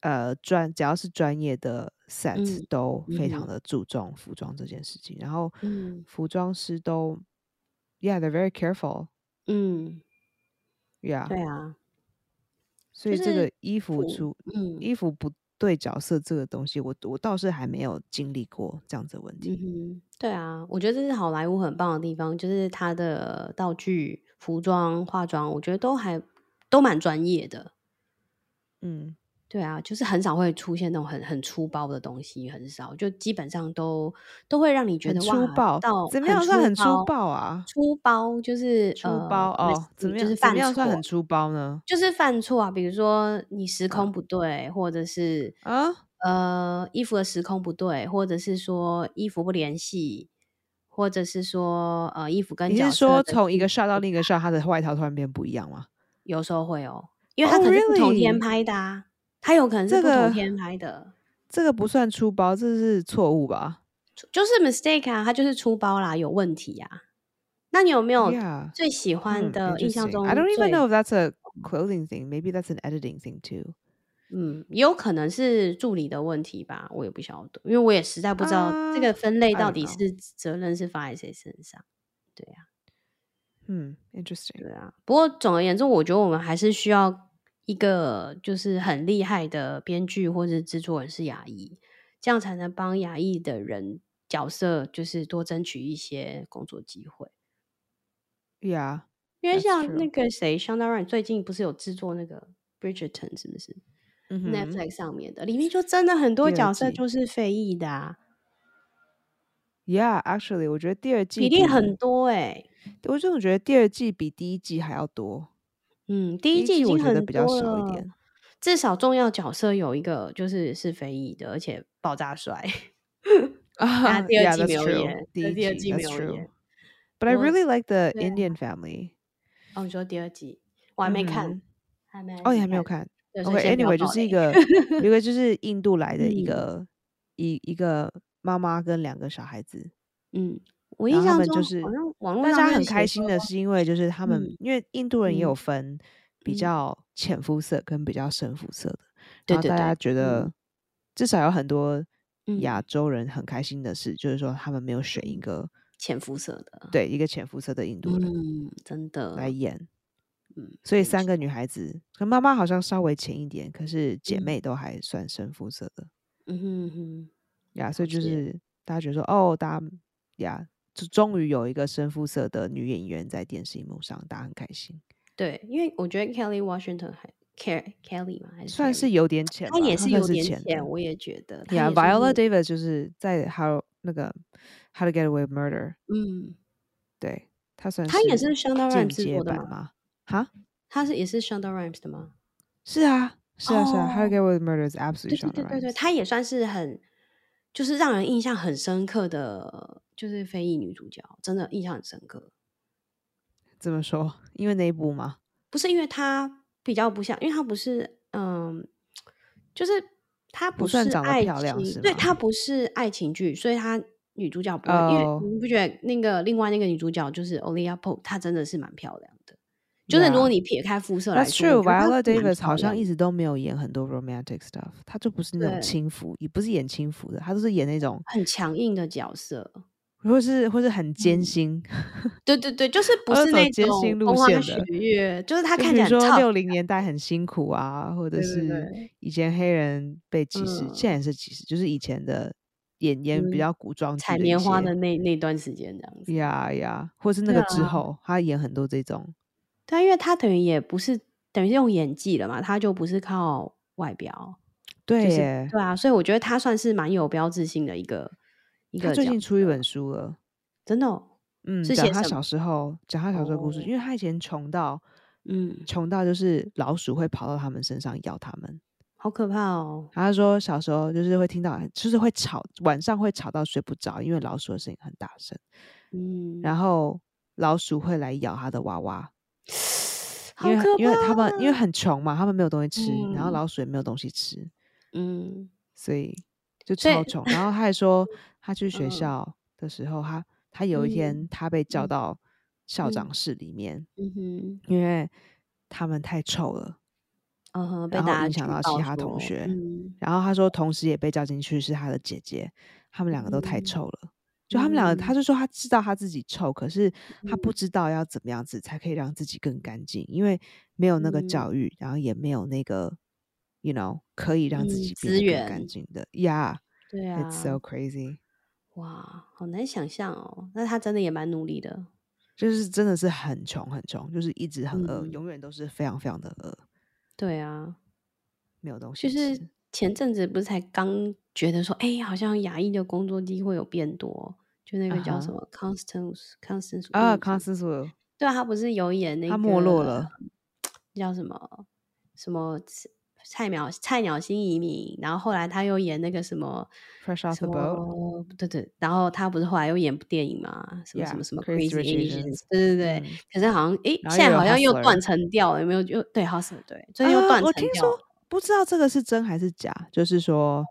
Speaker 2: 呃专只要是专业的 set
Speaker 1: 嗯
Speaker 2: 都
Speaker 1: 嗯
Speaker 2: 非常
Speaker 1: 哼
Speaker 2: 的注重服装这件事情，然后
Speaker 1: 嗯
Speaker 2: 服装师都，yeah，they're very careful，yeah，
Speaker 1: 嗯，对啊，
Speaker 2: 所
Speaker 1: 就
Speaker 2: 以这
Speaker 1: 是
Speaker 2: 个衣服
Speaker 1: 服，
Speaker 2: 出
Speaker 1: 嗯
Speaker 2: 衣服不对角色这个东西，我我倒是还没有经历过这样子的问
Speaker 1: 嗯
Speaker 2: 题。
Speaker 1: 哼，对啊，我觉得这是好莱坞很棒的地方，就是它的道具、服装、化妆，我觉得都还都蛮专业的。
Speaker 2: 嗯，
Speaker 1: 对啊，就是很少会出现那种很很粗暴的东西，很少，就基本上都都会让你觉
Speaker 2: 很
Speaker 1: 得
Speaker 2: 粗
Speaker 1: 哇，
Speaker 2: 暴，
Speaker 1: 到
Speaker 2: 怎么
Speaker 1: 很
Speaker 2: 样算
Speaker 1: 粗
Speaker 2: 很粗
Speaker 1: 包，
Speaker 2: 暴啊？
Speaker 1: 粗包就是
Speaker 2: 粗
Speaker 1: 呃，
Speaker 2: 包哦，怎
Speaker 1: 你
Speaker 2: 么
Speaker 1: 就
Speaker 2: 样？
Speaker 1: 是
Speaker 2: 怎么
Speaker 1: 犯
Speaker 2: 样算很
Speaker 1: 错，
Speaker 2: 粗包呢？
Speaker 1: 就是犯错啊，比如说你时
Speaker 2: 啊
Speaker 1: 空不对，或者是
Speaker 2: 啊？
Speaker 1: 呃衣服的时空不对，或者是说衣服不联系，或者是说呃衣服跟
Speaker 2: 你
Speaker 1: 角
Speaker 2: 是
Speaker 1: 色的
Speaker 2: 说从一个 shot 到另一个 shot，它的外套突然变不一样吗？
Speaker 1: 有时候会哦，因为它
Speaker 2: Oh,
Speaker 1: 可能是不同
Speaker 2: really？
Speaker 1: 天拍的啊，它有可能是
Speaker 2: 这
Speaker 1: 不同
Speaker 2: 个
Speaker 1: 天拍的，
Speaker 2: 这个不算出包，这是错误吧
Speaker 1: 就是 mistake 啊，它就是出包啦，有问题啊。那你有没有
Speaker 2: ？Yeah.
Speaker 1: 最喜欢
Speaker 2: 嗯
Speaker 1: 的印象
Speaker 2: ，interesting.
Speaker 1: 中
Speaker 2: I don't
Speaker 1: 最
Speaker 2: even know if that's a clothing thing. Maybe that's an editing thing too.
Speaker 1: 嗯，也有可能是助理的问题吧，我也不晓得，因为我也实在不知道这个
Speaker 2: 啊
Speaker 1: 分类
Speaker 2: I
Speaker 1: 到
Speaker 2: don't
Speaker 1: 底
Speaker 2: know.
Speaker 1: 是责任是放在谁身上。对呀、
Speaker 2: Hmm. Interesting.
Speaker 1: 对啊。不过总而言之，我觉得我们还是需要一个就是很厉害的编剧或是制作人是亚裔，这样才能帮亚裔的人角色就是多争取一些工作机会。
Speaker 2: Yeah.
Speaker 1: 因为
Speaker 2: That's
Speaker 1: 像那
Speaker 2: true.
Speaker 1: 个谁，香奈儿最近不是有制作那个 Bridgerton 是不是？
Speaker 2: 嗯哼，
Speaker 1: Netflix 上面的，里面就真的很多
Speaker 2: 第二
Speaker 1: 角色
Speaker 2: 季。
Speaker 1: 就是非裔的啊，
Speaker 2: Yeah, actually，我觉得第二
Speaker 1: 比
Speaker 2: 季
Speaker 1: 例
Speaker 2: 比
Speaker 1: 很多哎、
Speaker 2: 我总觉得第二季比第一季还要多。
Speaker 1: 嗯，第
Speaker 2: 第
Speaker 1: 一
Speaker 2: 一
Speaker 1: 季已
Speaker 2: 季我
Speaker 1: 经
Speaker 2: 觉得
Speaker 1: 很
Speaker 2: 比较
Speaker 1: 多
Speaker 2: 少一
Speaker 1: 了，
Speaker 2: 点。
Speaker 1: 至少重要角色有一个就是是非裔的，而且爆炸帅。那
Speaker 2: 啊
Speaker 1: 第二
Speaker 2: ，Yeah,
Speaker 1: 季没
Speaker 2: that's
Speaker 1: 有
Speaker 2: true.
Speaker 1: 演，
Speaker 2: 第
Speaker 1: 这
Speaker 2: 一
Speaker 1: 第二
Speaker 2: 季
Speaker 1: 季没
Speaker 2: ，that's
Speaker 1: 有
Speaker 2: true.
Speaker 1: 演。
Speaker 2: But I
Speaker 1: 我
Speaker 2: really like
Speaker 1: 对
Speaker 2: the
Speaker 1: 啊，
Speaker 2: Indian family.
Speaker 1: 哦，你说第二季，我还没
Speaker 2: 嗯
Speaker 1: 看，
Speaker 2: 哼，
Speaker 1: 还没来
Speaker 2: 哦，
Speaker 1: 得
Speaker 2: 你
Speaker 1: 及
Speaker 2: 还没有
Speaker 1: 看，
Speaker 2: 看
Speaker 1: 对，所以先不要
Speaker 2: ？OK，Anyway，、就
Speaker 1: 暴
Speaker 2: 是
Speaker 1: 雷。
Speaker 2: 一个有一个就是印度来的一
Speaker 1: 嗯
Speaker 2: 个一一个妈妈跟两个小孩子，
Speaker 1: 嗯，我
Speaker 2: 然
Speaker 1: 印
Speaker 2: 后他
Speaker 1: 象
Speaker 2: 们
Speaker 1: 中
Speaker 2: 就
Speaker 1: 好
Speaker 2: 是
Speaker 1: 像网络
Speaker 2: 大
Speaker 1: 上
Speaker 2: 家
Speaker 1: 面
Speaker 2: 很
Speaker 1: 写说，
Speaker 2: 开心的是，因为就是他们
Speaker 1: 嗯
Speaker 2: 因为印度人也有
Speaker 1: 嗯
Speaker 2: 分比
Speaker 1: 嗯，
Speaker 2: 较浅肤色跟比较深肤色的，然
Speaker 1: 对
Speaker 2: 后
Speaker 1: 对
Speaker 2: 大
Speaker 1: 对，
Speaker 2: 家觉
Speaker 1: 嗯
Speaker 2: 得至少有很多
Speaker 1: 嗯
Speaker 2: 亚洲人很开心的事，就是说他们没有选一
Speaker 1: 嗯，
Speaker 2: 个
Speaker 1: 浅肤色的，
Speaker 2: 对一个浅肤色的印度人
Speaker 1: 嗯，真
Speaker 2: 来
Speaker 1: 的，
Speaker 2: 演，
Speaker 1: 嗯，
Speaker 2: 所以
Speaker 1: 没
Speaker 2: 三
Speaker 1: 错，
Speaker 2: 个女孩子，可妈妈好像稍微浅一点，可是姐
Speaker 1: 嗯
Speaker 2: 妹都还算深肤色的。
Speaker 1: 嗯哼哼，
Speaker 2: 呀，所
Speaker 1: 了
Speaker 2: 以就
Speaker 1: 解，
Speaker 2: 是大家觉得说，哦，大家呀，就终于有一个深肤色的女演员在电视荧幕上，大家很开心。
Speaker 1: 对，因为我觉得 Kelly Washington 还 Ker Kelly 嘛还是
Speaker 2: 算
Speaker 1: Carrie，
Speaker 2: 是有点浅
Speaker 1: 她
Speaker 2: 吧，
Speaker 1: 也
Speaker 2: 她
Speaker 1: 是
Speaker 2: 算
Speaker 1: 有
Speaker 2: 是
Speaker 1: 点
Speaker 2: 浅
Speaker 1: 浅，
Speaker 2: 的。
Speaker 1: 我也觉得她
Speaker 2: 呀
Speaker 1: 也算
Speaker 2: ，Viola
Speaker 1: 是，
Speaker 2: Davis 就是在 How 那个 How to Get Away with Murder，
Speaker 1: 嗯，
Speaker 2: 对，她算
Speaker 1: 她也
Speaker 2: 是
Speaker 1: 是 Shonda Rhimes
Speaker 2: 进
Speaker 1: 制
Speaker 2: 阶
Speaker 1: 作的
Speaker 2: 版
Speaker 1: 吗？
Speaker 2: 吗？哈，
Speaker 1: 她是也是 Shonda Rhimes 的吗？
Speaker 2: 是啊，是啊，是啊，How to
Speaker 1: 哦，
Speaker 2: Get Away with Murder is
Speaker 1: 对
Speaker 2: absolutely
Speaker 1: 对
Speaker 2: Shonda
Speaker 1: 对对对，
Speaker 2: Rhimes。
Speaker 1: 她也算是很，就是让人印象很深刻的，就是非裔女主角，真的印象很深刻。
Speaker 2: 这么说，因为那一部嘛，
Speaker 1: 不是因为她比较不像，因为她不是，嗯，就是她
Speaker 2: 不
Speaker 1: 不
Speaker 2: 算
Speaker 1: 是
Speaker 2: 长得
Speaker 1: 爱
Speaker 2: 漂亮
Speaker 1: 情，
Speaker 2: 是
Speaker 1: 对，她
Speaker 2: 吗？
Speaker 1: 不是爱情剧，所以她女主角不会，因为
Speaker 2: 哦、
Speaker 1: 你不觉得那个另外那个女主角就是 Olivia Pope，她真的是蛮漂亮的。就是如果
Speaker 2: yeah。
Speaker 1: 你撇开肤色来
Speaker 2: That's
Speaker 1: 说，我觉得
Speaker 2: true.
Speaker 1: 她
Speaker 2: Viola
Speaker 1: 是蛮
Speaker 2: Davis
Speaker 1: 漂
Speaker 2: 好像
Speaker 1: 亮
Speaker 2: 一
Speaker 1: 的。
Speaker 2: 直都没有演很多 romantic stuff，她就不是那种
Speaker 1: 对，
Speaker 2: 轻浮，也不是演轻浮的，她都是演那种，
Speaker 1: 很强硬的角色。
Speaker 2: 或是或是很艰
Speaker 1: 嗯，
Speaker 2: 辛，
Speaker 1: 对对对， 就是不
Speaker 2: 她都
Speaker 1: 是
Speaker 2: 走
Speaker 1: 那
Speaker 2: 艰辛
Speaker 1: 种
Speaker 2: 路
Speaker 1: 风花
Speaker 2: 线
Speaker 1: 雪
Speaker 2: 的。
Speaker 1: 月，就是他
Speaker 2: 就
Speaker 1: 看
Speaker 2: 比
Speaker 1: 起
Speaker 2: 如
Speaker 1: 来很
Speaker 2: 说
Speaker 1: tough。
Speaker 2: 六零年代很辛苦啊，或者
Speaker 1: 对对
Speaker 2: 是
Speaker 1: 对，
Speaker 2: 以前黑人被歧视，
Speaker 1: 嗯，
Speaker 2: 现在也是歧视，就是以前的演
Speaker 1: 你
Speaker 2: 演比
Speaker 1: 们
Speaker 2: 较古装剧
Speaker 1: 采
Speaker 2: 的一
Speaker 1: 棉花
Speaker 2: 些
Speaker 1: 的那那段时间这样子。
Speaker 2: 呀呀，或是那
Speaker 1: 对
Speaker 2: 个
Speaker 1: 啊，
Speaker 2: 之后，她演很多这种。
Speaker 1: 对啊，因为他等于也不是等于是用演技了嘛，他就不是靠外表，就
Speaker 2: 对
Speaker 1: 是
Speaker 2: 耶，
Speaker 1: 对啊，所以我觉得他算是蛮有标志性的一个一
Speaker 2: 她
Speaker 1: 个
Speaker 2: 最
Speaker 1: 角
Speaker 2: 近出一
Speaker 1: 色，
Speaker 2: 本书了。
Speaker 1: 真的哦、
Speaker 2: 嗯，
Speaker 1: 是
Speaker 2: 讲
Speaker 1: 写
Speaker 2: 他
Speaker 1: 什么？
Speaker 2: 小时候，讲他小时候的故事，
Speaker 1: 哦，
Speaker 2: 因为他以前穷到，
Speaker 1: 嗯，
Speaker 2: 穷到就是老鼠会跑到他们身上咬他们。
Speaker 1: 好可怕哦，
Speaker 2: 他说小时候就是会听到，就是会吵，晚上会吵到睡不着，因为老鼠的声音很大声，
Speaker 1: 嗯，
Speaker 2: 然后老鼠会来咬他的娃娃，因
Speaker 1: 好
Speaker 2: 为
Speaker 1: 可
Speaker 2: 因
Speaker 1: 怕
Speaker 2: 为他们因为
Speaker 1: 啊，
Speaker 2: 很穷嘛，他们没有东西吃，然后
Speaker 1: 嗯
Speaker 2: 老鼠也没有东西吃，
Speaker 1: 嗯，
Speaker 2: 所以就
Speaker 1: 所以，
Speaker 2: 超穷。然后他 还说，他去学
Speaker 1: 嗯
Speaker 2: 校的时候，他他有一天
Speaker 1: 嗯
Speaker 2: 他被叫
Speaker 1: 嗯
Speaker 2: 到校
Speaker 1: 嗯
Speaker 2: 长室里面，
Speaker 1: 嗯哼，
Speaker 2: 因为他们太臭了，
Speaker 1: 嗯哼，被
Speaker 2: 然后
Speaker 1: 大家
Speaker 2: 影响
Speaker 1: 举
Speaker 2: 到其
Speaker 1: 报
Speaker 2: 他同
Speaker 1: 说，
Speaker 2: 学。
Speaker 1: 嗯
Speaker 2: 然后他说，同时也被叫进去是他的姐姐，他们两个都太
Speaker 1: 嗯
Speaker 2: 臭了。就他们两个，
Speaker 1: 嗯
Speaker 2: 他就说他知道他自己臭，可是他不
Speaker 1: 嗯
Speaker 2: 知道要怎么样子才可以让自己更干净，因为没有那个
Speaker 1: 嗯
Speaker 2: 教育，然后也没有那个，you know，可以让自
Speaker 1: 嗯，
Speaker 2: 己变
Speaker 1: 资
Speaker 2: 得更干
Speaker 1: 源，
Speaker 2: 净的。Yeah,
Speaker 1: 对
Speaker 2: it's
Speaker 1: 啊，
Speaker 2: so crazy，
Speaker 1: 哇，好难想象哦。那他真的也蛮努力的，
Speaker 2: 就是真的是很穷很穷，就是一直很饿，
Speaker 1: 嗯，
Speaker 2: 永远都是非常非常的饿，
Speaker 1: 对啊，
Speaker 2: 没有东
Speaker 1: 就
Speaker 2: 西
Speaker 1: 是
Speaker 2: 吃。
Speaker 1: 前阵子不是才刚觉得说，哎，好像牙医的工作机会有变多，就那
Speaker 2: 啊
Speaker 1: 个叫什
Speaker 2: 哈
Speaker 1: 么 Constance Constance
Speaker 2: 啊
Speaker 1: Wu
Speaker 2: 康
Speaker 1: 是，
Speaker 2: 斯苏
Speaker 1: 对啊，他不是有演那
Speaker 2: 他没落
Speaker 1: 个
Speaker 2: 了。
Speaker 1: 叫什么什么菜鸟菜鸟新移民，然后后来他又演那个什么
Speaker 2: Fresh off
Speaker 1: 什
Speaker 2: the boat，
Speaker 1: 么，对对，然后他不是后来又演部电影嘛，什么
Speaker 2: Yeah，
Speaker 1: 什么什么
Speaker 2: Crazy
Speaker 1: Crazy
Speaker 2: Asians
Speaker 1: Asians，对对对，
Speaker 2: 嗯
Speaker 1: 可是好像诶，
Speaker 2: 然后
Speaker 1: 现在
Speaker 2: 又有
Speaker 1: 好像又
Speaker 2: Hustler
Speaker 1: 断层掉了，有没有？又对 h u s 对，最近又
Speaker 2: 啊
Speaker 1: 断
Speaker 2: 我
Speaker 1: 层
Speaker 2: 听
Speaker 1: 掉
Speaker 2: 说
Speaker 1: 了，嗯
Speaker 2: 不知道这个是真还是假，就是说，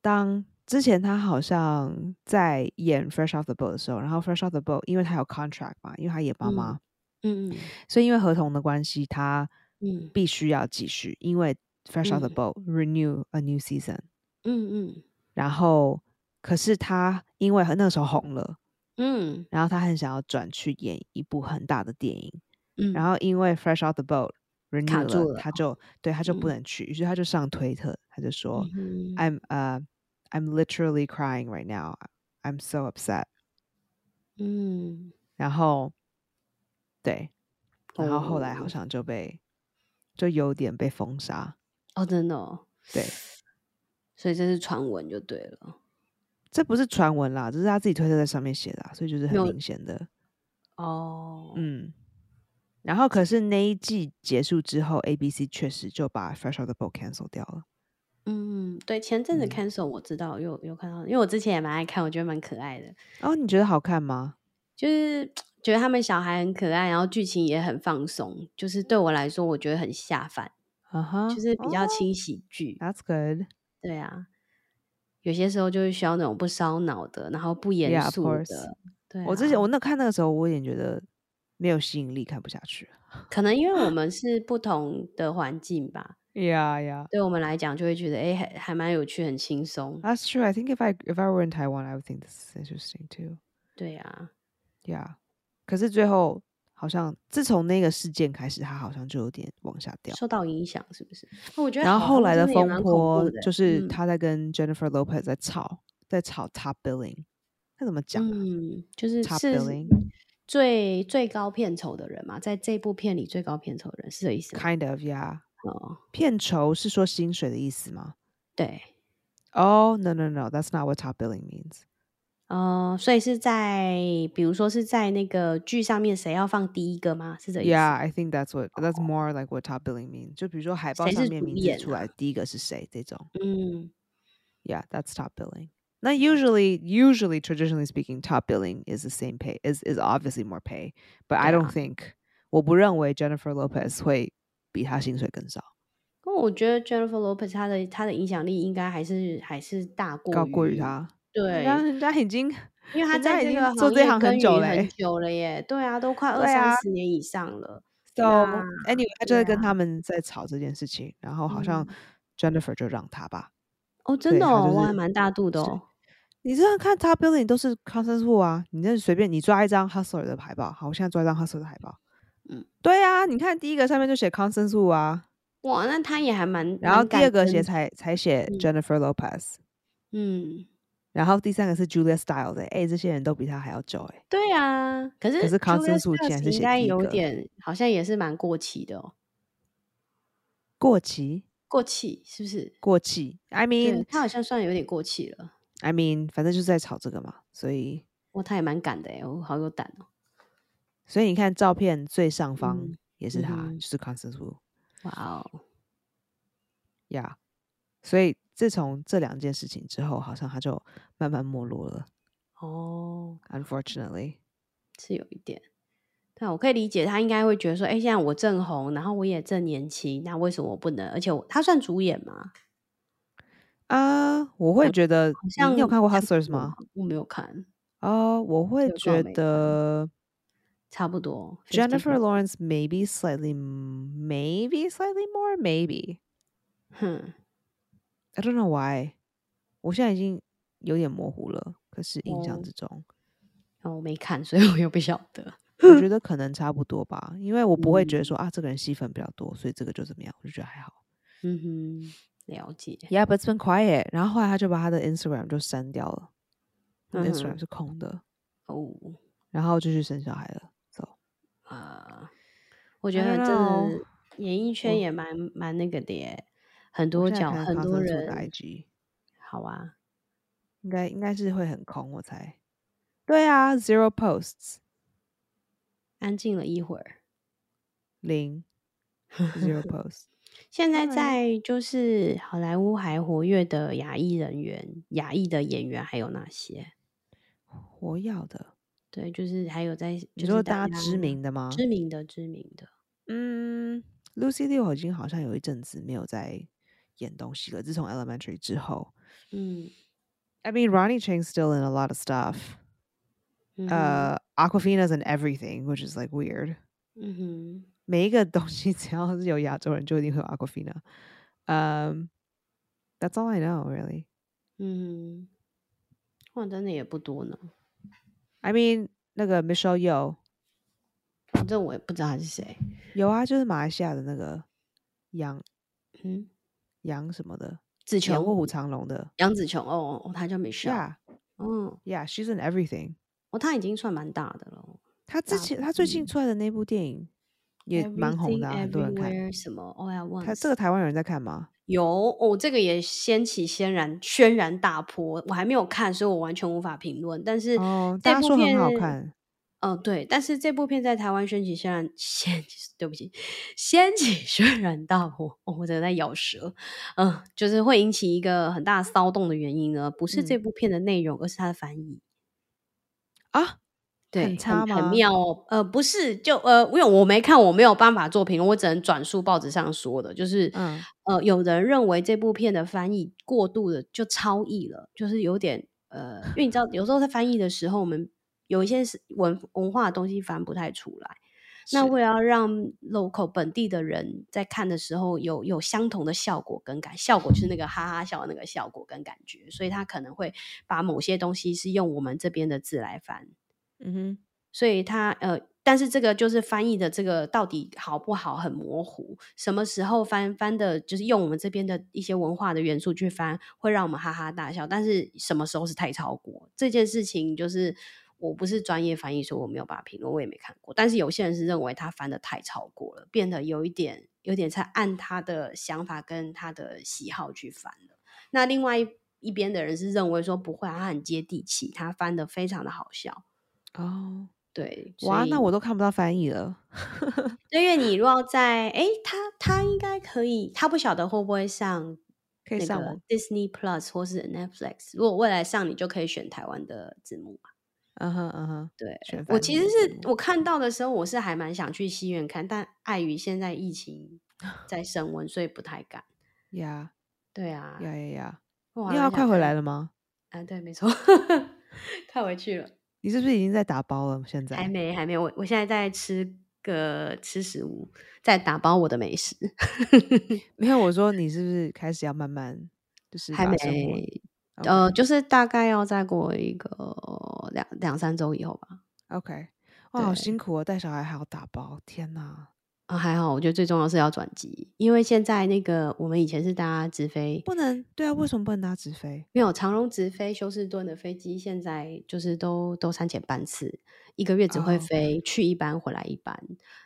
Speaker 2: 当之前他好像在演《Fresh Off the Boat》的时候，然后《Fresh Off the Boat》因为他有 contract 嘛，因为他演妈
Speaker 1: 嗯
Speaker 2: 妈，
Speaker 1: 嗯
Speaker 2: 所以因为合同的关系，他
Speaker 1: 嗯
Speaker 2: 必须要继续，因为《Fresh Off the
Speaker 1: 嗯
Speaker 2: Boat》renew a new season，
Speaker 1: 嗯
Speaker 2: 然后可是他因为那个时候红了，
Speaker 1: 嗯
Speaker 2: 然后他很想要转去演一部很大的电影，
Speaker 1: 嗯，
Speaker 2: 然
Speaker 1: 后
Speaker 2: 后因为 Fresh Out the Boat
Speaker 1: 卡
Speaker 2: renew
Speaker 1: 住
Speaker 2: 了，
Speaker 1: 了哦
Speaker 2: 他就对他就不
Speaker 1: 嗯
Speaker 2: 能去，于是他就上推特，他就说、
Speaker 1: 嗯哼
Speaker 2: I'm 呃、I'm literally crying right now, I'm so upset。
Speaker 1: 嗯，
Speaker 2: 然后对，然后后来好
Speaker 1: 哦
Speaker 2: 像就被就有点被封杀，
Speaker 1: 哦，真的哦，
Speaker 2: 对，
Speaker 1: 所以这是传闻就对了。
Speaker 2: 这不是传闻啦，这是他自己推特在上面写的啊、所以就是很
Speaker 1: 有
Speaker 2: 明显的，
Speaker 1: 哦，
Speaker 2: 嗯。然后可是那一季结束之后，ABC 确实就把 Fresh Out the Boat cancel 掉了。
Speaker 1: 嗯，对，前阵子
Speaker 2: 嗯
Speaker 1: cancel 我知道有有看到，因为我之前也蛮爱看，我觉得蛮可爱的，
Speaker 2: 哦，你觉得好看吗？
Speaker 1: 就是觉得他们小孩很可爱，然后剧情也很放松，就是对我来说我觉得很下饭，
Speaker 2: 啊哈，
Speaker 1: 就是比较
Speaker 2: 哦
Speaker 1: 轻喜剧。
Speaker 2: That's good.
Speaker 1: 对啊，有些时候就是需要那种不烧脑的，然后不严
Speaker 2: Yeah, of
Speaker 1: 肃
Speaker 2: course.
Speaker 1: 的。对、啊，
Speaker 2: 我之前我那看那个时候，我有点觉得没有吸引力，看不下去。
Speaker 1: 可能因
Speaker 2: 啊
Speaker 1: 为我们是不同的环境吧，
Speaker 2: Yeah, yeah.
Speaker 1: 对我们来讲就会觉得哎、诶还还蛮有趣，很轻松。
Speaker 2: That's true. I think if I if I were in Taiwan, I would think this is interesting too.
Speaker 1: 对啊，
Speaker 2: Yeah. 可是最后好像自从那个事件开始，它好像就有点往下掉。
Speaker 1: 受到影响是不是？那我觉得
Speaker 2: 然后
Speaker 1: 好
Speaker 2: 后
Speaker 1: 他们
Speaker 2: 来
Speaker 1: 真也
Speaker 2: 风
Speaker 1: 蛮恐怖
Speaker 2: 波
Speaker 1: 的欸
Speaker 2: 就是
Speaker 1: 嗯
Speaker 2: 他在跟 Jennifer Lopez 在吵，在吵 top billing，那怎么讲啊？
Speaker 1: 嗯，就是
Speaker 2: top
Speaker 1: 是
Speaker 2: billing
Speaker 1: 最最高片酬的人嘛，在这部片里最高片酬的人是这意思吗？
Speaker 2: Kind of, yeah.
Speaker 1: 哦，
Speaker 2: 片酬是说薪水的意思吗
Speaker 1: 对，
Speaker 2: ？Oh, no, no, no. That's not what top billing means.
Speaker 1: 哦，所以是在比如说是在那个剧上面谁要放第一个吗？是这意思？
Speaker 2: Yeah, I think that's what that's more like what top billing means. 就比如说海报
Speaker 1: Oh. 谁
Speaker 2: 上
Speaker 1: 是
Speaker 2: 面
Speaker 1: 主
Speaker 2: 名字
Speaker 1: 演啊
Speaker 2: 出来，第一个是谁这种。
Speaker 1: 嗯
Speaker 2: Yeah, that's top billing. 那 usually, usually, traditionally speaking, top billing is the same pay is is obviously more pay, but I don't think 我不认为 Jennifer Lopez 会比她薪水更少，
Speaker 1: 因为我觉得 Jennifer Lopez 她的她的影响力应该还是还是大过
Speaker 2: 高过于
Speaker 1: 于
Speaker 2: 她。
Speaker 1: 对
Speaker 2: 人，家人家 已经
Speaker 1: 因为她
Speaker 2: 人家
Speaker 1: 在
Speaker 2: 已
Speaker 1: 这
Speaker 2: 经
Speaker 1: 个
Speaker 2: 做
Speaker 1: 行
Speaker 2: 这
Speaker 1: 业
Speaker 2: 行很
Speaker 1: 耕
Speaker 2: 久
Speaker 1: 耘
Speaker 2: 嘞
Speaker 1: 很久了耶，对啊，都快二
Speaker 2: 对啊
Speaker 1: 三十年以上了，
Speaker 2: So
Speaker 1: 那
Speaker 2: anyway，他就
Speaker 1: 对
Speaker 2: 在跟
Speaker 1: 啊
Speaker 2: 他们在吵这件事情，然后好像
Speaker 1: 嗯
Speaker 2: Jennifer 就让他吧。
Speaker 1: 哦，真
Speaker 2: 对
Speaker 1: 的
Speaker 2: 她
Speaker 1: 哦，
Speaker 2: 就
Speaker 1: 我还
Speaker 2: 是
Speaker 1: 蛮大度的
Speaker 2: 是
Speaker 1: 哦。
Speaker 2: 你这样看 Top Building 都是 Constance Wu 啊，你那随便你抓一张 Hustler 的海报，好，我现在抓一张 Hustler 的海报，
Speaker 1: 嗯，
Speaker 2: 对啊，你看第一个上面就写 Constance Wu 啊，
Speaker 1: 哇，那他也还蛮
Speaker 2: 然后
Speaker 1: 蛮
Speaker 2: 第
Speaker 1: 敢
Speaker 2: 二个写
Speaker 1: 跟
Speaker 2: 才才写
Speaker 1: 嗯
Speaker 2: Jennifer Lopez，
Speaker 1: 嗯，
Speaker 2: 然后第三个是 Julia Stiles，哎、诶这些人都比他还要久哎、
Speaker 1: 对啊。可是 Julia
Speaker 2: 是 Constance Wu
Speaker 1: Stiles
Speaker 2: 竟然是
Speaker 1: 应
Speaker 2: 写
Speaker 1: 该
Speaker 2: 第一
Speaker 1: 有
Speaker 2: 个
Speaker 1: 点，好像也是蛮过期的哦，
Speaker 2: 过期
Speaker 1: 过气是不是？
Speaker 2: 过气，I
Speaker 1: 对
Speaker 2: mean
Speaker 1: 他好像算有点过气了。
Speaker 2: I mean，反正就是在吵这个嘛，所以
Speaker 1: 哇，他也蛮敢的哎，我好有胆哦。
Speaker 2: 所以你看照片最上方
Speaker 1: 嗯
Speaker 2: 也是他，
Speaker 1: 嗯哼
Speaker 2: 就是 Constance Wu
Speaker 1: 哇哦，
Speaker 2: 呀、yeah，所以自从这两件事情之后，好像他就慢慢没落了。
Speaker 1: 哦，
Speaker 2: Unfortunately，
Speaker 1: 是有一点。对啊，我可以理解，他应该会觉得说，哎，现在我正红，然后我也正年轻，那为什么我不能？而且我他算主演吗？
Speaker 2: 啊我会
Speaker 1: 呃
Speaker 2: 觉得
Speaker 1: 好
Speaker 2: 你
Speaker 1: 像
Speaker 2: 你有看过
Speaker 1: 差不
Speaker 2: Hustlers
Speaker 1: 多
Speaker 2: 吗？
Speaker 1: 吧？我没有看，
Speaker 2: 哦，我会
Speaker 1: 这个我没
Speaker 2: 觉
Speaker 1: 看
Speaker 2: 得
Speaker 1: 差不多。
Speaker 2: Jennifer
Speaker 1: 50%，
Speaker 2: Lawrence maybe slightly, m- maybe slightly more, maybe
Speaker 1: 哼，
Speaker 2: I don't know why。我现在已经有点模糊了，可是印象
Speaker 1: 哦
Speaker 2: 之中，
Speaker 1: 然后哦我没看，所以我又不晓得。
Speaker 2: 我觉得可能差不多吧，因为我不会觉得
Speaker 1: 嗯
Speaker 2: 说啊，这个人戏份比较多，所以这个就怎么样，我就觉得还好。
Speaker 1: 嗯哼，了解。
Speaker 2: Yeah, but it's been quiet。然后后来他就把他的 Instagram 就删掉了、
Speaker 1: 嗯
Speaker 2: i n s t a g r a m
Speaker 1: 哼，
Speaker 2: 是空的，
Speaker 1: 哦，
Speaker 2: 然后就去生小孩了。So
Speaker 1: 啊，我
Speaker 2: I
Speaker 1: 觉得
Speaker 2: don't
Speaker 1: 这
Speaker 2: know
Speaker 1: 演艺
Speaker 2: 我
Speaker 1: 圈也蛮蛮那个的耶，很
Speaker 2: 我
Speaker 1: 多
Speaker 2: 现在
Speaker 1: 角，
Speaker 2: 看
Speaker 1: 很多
Speaker 2: Constance Wu 的
Speaker 1: 人，
Speaker 2: IG，
Speaker 1: 好啊。
Speaker 2: 应该应该是会很空，我猜。对啊，zero posts，
Speaker 1: 安静了一会儿，
Speaker 2: 零 zero posts。
Speaker 1: 现在
Speaker 2: 当然
Speaker 1: 在就是好莱坞还活跃的亚裔人员、亚裔的演员还有哪些？
Speaker 2: 活药的，
Speaker 1: 对，就是还有在，
Speaker 2: 你
Speaker 1: 就是
Speaker 2: 说大家知名的吗？
Speaker 1: 知名的、知名的，
Speaker 2: 嗯，Lucy Liu 已经好像有一阵子没有在演东西了，自从 Elementary 之后。
Speaker 1: 嗯
Speaker 2: I mean, Ronnie Chang's still in a lot of stuff.
Speaker 1: 嗯哼
Speaker 2: 呃、Aquafina's in everything, which is like weird.
Speaker 1: 嗯哼，
Speaker 2: 每一个东西 只要是有亚洲人，就一定会有 Aquafina。嗯、That's all I know, really.
Speaker 1: 嗯哼，哇，真的也不多呢。
Speaker 2: I mean，那个 Michelle Yeoh
Speaker 1: 反正我也不知道他是谁。
Speaker 2: 有啊，就是马来西亚的那个杨
Speaker 1: 嗯，
Speaker 2: 杨什么的，
Speaker 1: 子
Speaker 2: 演过《
Speaker 1: 琼，
Speaker 2: 虎藏龙》的。
Speaker 1: 杨子琼，哦，哦，他叫美少。
Speaker 2: Yeah,
Speaker 1: 嗯，
Speaker 2: yeah, she's in everything.
Speaker 1: 哦，他已经算蛮大的了。哦
Speaker 2: 她之
Speaker 1: 大
Speaker 2: 前她最近
Speaker 1: 嗯
Speaker 2: 出来的那部电影也蛮红
Speaker 1: Everything,
Speaker 2: 的、啊，很多人看。
Speaker 1: everywhere 什么，Oh, all at
Speaker 2: 她
Speaker 1: once，
Speaker 2: 这个台湾人在看吗？
Speaker 1: 有哦，这个也掀起轩然轩然大波。我还没有看，所以我完全无法评论。但是
Speaker 2: 哦，
Speaker 1: 这
Speaker 2: 大家
Speaker 1: 部
Speaker 2: 说很
Speaker 1: 片
Speaker 2: 好，看。
Speaker 1: 嗯、对。但是这部片在台湾掀起轩然掀起，对不起，掀起轩然大波。哦、我真的在咬舌，嗯、就是会引起一个很大骚动的原因呢，不是这
Speaker 2: 嗯
Speaker 1: 部片的内容，而是它的翻译。
Speaker 2: 啊，
Speaker 1: 对，
Speaker 2: 差
Speaker 1: 很
Speaker 2: 吗
Speaker 1: 很妙哦。呃，不是，就呃，因为我没看，我没有办法做评论，我只能转述报纸上说的，就是、
Speaker 2: 嗯
Speaker 1: 呃，有人认为这部片的翻译过度的就超译了，就是有点呃，因为你知道，有时候在翻译的时候，我们有一些是文文化的东西翻不太出来。那
Speaker 2: 是
Speaker 1: 为了要让 local 本地的人在看的时候有有相同的效果跟感，效果就是那个哈哈笑的那个效果跟感觉，所以他可能会把某些东西是用我们这边的字来翻，
Speaker 2: 嗯哼，
Speaker 1: 所以他呃，但是这个就是翻译的这个到底好不好很模糊，什么时候翻翻的，就是用我们这边的一些文化的元素去翻，会让我们哈哈大笑，但是什么时候是太超过这件事情，就是我不是专业翻译，所以我没有办法评论，我也没看过，但是有些人是认为他翻的太超过了，变得有一点有点在按他的想法跟他的喜好去翻了。那另外一一边的人是认为说不会啊，他很接地气，他翻的非常的好笑。
Speaker 2: 哦，
Speaker 1: 对，
Speaker 2: 哇，
Speaker 1: 所以
Speaker 2: 那我都看不到翻译了。
Speaker 1: 对，因为你如果在诶，他他应该可以，他不晓得会不会上
Speaker 2: 可以
Speaker 1: 那
Speaker 2: 上
Speaker 1: 个
Speaker 2: 网，
Speaker 1: Disney Plus 或是 Netflix。如果未来上，你就可以选台湾的字幕嘛。
Speaker 2: 嗯哼嗯哼，
Speaker 1: 对
Speaker 2: 选
Speaker 1: 呃我
Speaker 2: 繁
Speaker 1: 其
Speaker 2: 体
Speaker 1: 实
Speaker 2: 的字
Speaker 1: 是
Speaker 2: 幕嗯
Speaker 1: 我看到的时候，我是还蛮想去戏院看，但碍于现在疫情 在升温，所以不太敢。
Speaker 2: 呀
Speaker 1: 对啊，
Speaker 2: 呀呀呀！
Speaker 1: 我
Speaker 2: 你要快回来了吗？
Speaker 1: 啊！对，没错，快回去了，
Speaker 2: 你是不是已经在打包了？现在
Speaker 1: 还没还没，我我现在 在吃个吃食物，在打包我的美食。
Speaker 2: 没有，我说你是不是开始要慢慢就是
Speaker 1: 还
Speaker 2: 把
Speaker 1: 没
Speaker 2: 生活
Speaker 1: 呃，就是大概要再过一个两两三周以后吧。
Speaker 2: OK？哇，好
Speaker 1: 对
Speaker 2: 辛苦哦，带小孩还要打包，天哪！
Speaker 1: 啊，还好，我觉得最重要是要转机，因为现在那个我们以前是搭直飞，
Speaker 2: 不能对啊，为什么不能搭直飞？
Speaker 1: 没有长荣直飞休斯顿的飞机，现在就是都都三减班次，一个月只会
Speaker 2: 哦
Speaker 1: 飞去一班，回来一班。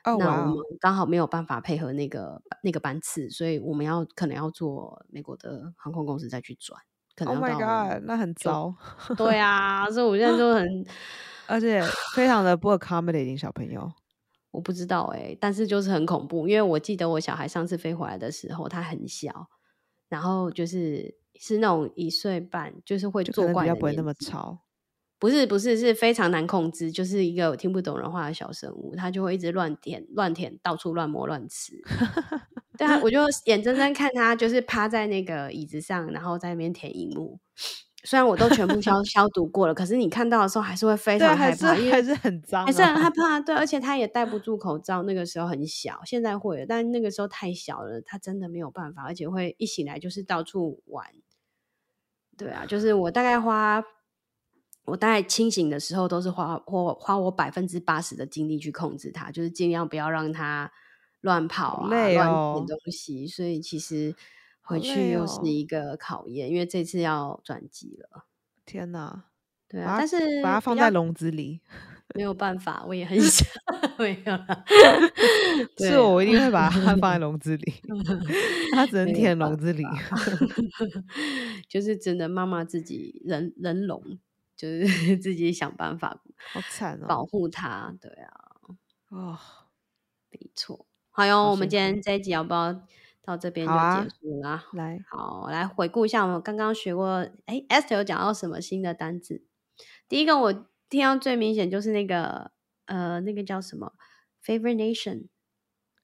Speaker 2: 哦，
Speaker 1: 那我
Speaker 2: 哇
Speaker 1: 们
Speaker 2: 哦，
Speaker 1: 刚好没有办法配合那个那个班次，所以我们要可能要做美国的航空公司再去转，可能
Speaker 2: Oh
Speaker 1: 要
Speaker 2: my
Speaker 1: 到
Speaker 2: god，那很
Speaker 1: 九
Speaker 2: 糟，
Speaker 1: 对啊，所以我现在就很
Speaker 2: 而且非常的不 accommodating 小朋友。
Speaker 1: 我不知道哎、但是就是很恐怖，因为我记得我小孩上次飞回来的时候，他很小，然后就是是那种一岁半，就是会
Speaker 2: 就可
Speaker 1: 作
Speaker 2: 能比
Speaker 1: 怪
Speaker 2: 较
Speaker 1: 的
Speaker 2: 不会那
Speaker 1: 年
Speaker 2: 么
Speaker 1: 纪
Speaker 2: 吵。
Speaker 1: 不是不是，是非常难控制，就是一个我听不懂人话的小生物，他就会一直乱舔、乱舔，到处乱摸、乱 吃。对啊，我就眼睁睁看他就是趴在那个椅子上，然后在那边舔荧幕。虽然我都全部 消消毒过了，可是你看到的时候还是会非
Speaker 2: 对啊，
Speaker 1: 常
Speaker 2: 还
Speaker 1: 害
Speaker 2: 是
Speaker 1: 怕，因为
Speaker 2: 还是很脏、啊，
Speaker 1: 还是很害怕。对，而且哎他也戴不住口罩，那个时候很小，现在会了，但那个时候太小了，他真的没有办法，而且会一醒来就是到处玩。对啊，就是我大概花，我大概清醒的时候都是花花花我百分之八十的精力去控制它，就是尽量不要让它乱跑啊，
Speaker 2: 累
Speaker 1: 乱
Speaker 2: 哦
Speaker 1: 点东西。所以其实
Speaker 2: 好
Speaker 1: 回去
Speaker 2: 累
Speaker 1: 又是
Speaker 2: 哦
Speaker 1: 一个考验，因为这次要转机了。
Speaker 2: 天哪，
Speaker 1: 对啊，
Speaker 2: 把
Speaker 1: 但
Speaker 2: 它
Speaker 1: 是
Speaker 2: 把它
Speaker 1: 比
Speaker 2: 放
Speaker 1: 较
Speaker 2: 在笼子里，
Speaker 1: 没有办法，我也很 想没有啦。对
Speaker 2: 是哦
Speaker 1: 啊
Speaker 2: 我我一定会把它 放在笼子 里，它只能
Speaker 1: 没有
Speaker 2: 舔
Speaker 1: 办
Speaker 2: 笼子里。
Speaker 1: 就是只能妈妈自己人人龙，就是 自己想办法
Speaker 2: 好惨
Speaker 1: 保
Speaker 2: 哦！
Speaker 1: 护它。对啊，
Speaker 2: 哦，
Speaker 1: 没错。好哟，
Speaker 2: 好
Speaker 1: 我们
Speaker 2: 辛
Speaker 1: 今
Speaker 2: 苦
Speaker 1: 天这一集要不要到这边就
Speaker 2: 好啊
Speaker 1: 结束啦。
Speaker 2: 来，
Speaker 1: 好，来回顾一下我们刚刚学过。哎，Esther 有讲到什么新的单字？第一个我听到最明显就是那个呃，那个叫什么 “favorite nation”。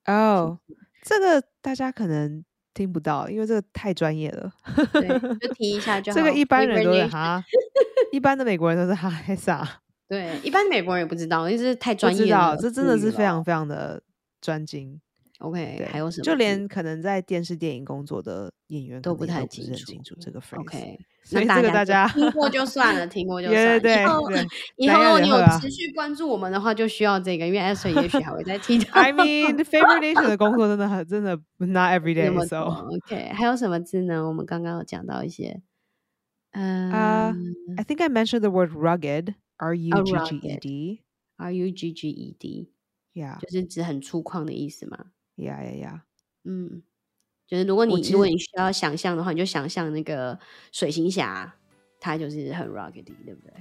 Speaker 2: 哦，这个大家可能听不到，因为这个太专业了。
Speaker 1: 对，就提一下就好。
Speaker 2: 这个一般人
Speaker 1: favorite
Speaker 2: 都是
Speaker 1: nation
Speaker 2: 哈，一般的美国人都是哈 还是啊？
Speaker 1: 对，一般美国人也不知道，因为这是太
Speaker 2: 不
Speaker 1: 专
Speaker 2: 知
Speaker 1: 业
Speaker 2: 道，
Speaker 1: 了。哦
Speaker 2: 这真的是非常非常的专精。
Speaker 1: OK。
Speaker 2: 对，
Speaker 1: 还有什么字？
Speaker 2: 就连可能在电视电影工作的演员
Speaker 1: 都不
Speaker 2: 可能也
Speaker 1: 太
Speaker 2: 不是很
Speaker 1: 清
Speaker 2: 清
Speaker 1: 楚
Speaker 2: 楚这个 phrase。
Speaker 1: OK，
Speaker 2: 所
Speaker 1: 那
Speaker 2: 以这个大
Speaker 1: 就
Speaker 2: 家
Speaker 1: 听过就算了，听 过就算了。
Speaker 2: 对对
Speaker 1: 以后
Speaker 2: 对
Speaker 1: 以
Speaker 2: 怎
Speaker 1: 后如
Speaker 2: 样
Speaker 1: 果
Speaker 2: 也
Speaker 1: 你有
Speaker 2: 会啊
Speaker 1: 持续关注我们的话，就需要这个，因为 Esther 也许还会再提到。
Speaker 2: ，I mean favorite nation 的工作真的很真的 not every
Speaker 1: 那么
Speaker 2: day so。
Speaker 1: 多 OK，还有什么字呢？我们刚刚有讲到一些，嗯、
Speaker 2: 啊 I think I mentioned the word rugged, R U G G E
Speaker 1: Oh, rugged
Speaker 2: D.
Speaker 1: r u g g e d，
Speaker 2: Yeah,
Speaker 1: 就是指很粗犷的意思嘛。
Speaker 2: yeah, yeah, yeah.
Speaker 1: 嗯，就是如果你
Speaker 2: 其实
Speaker 1: 如果你需要想象的话，你就想象那个水行侠，他就是很 rugged，的对不对？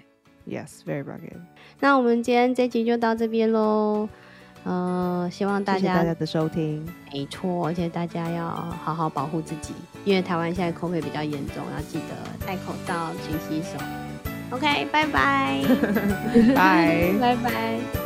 Speaker 2: Yes, very rugged.
Speaker 1: 那我们今天这集就到这边喽。嗯、希望大
Speaker 2: 谢谢
Speaker 1: 家
Speaker 2: 大家的 收听。
Speaker 1: 没错，而且大家要好好保护自己，因为台湾现在 COVID 比较严重，要记得戴口罩、勤洗手。OK，拜拜，
Speaker 2: 拜。
Speaker 1: 拜拜。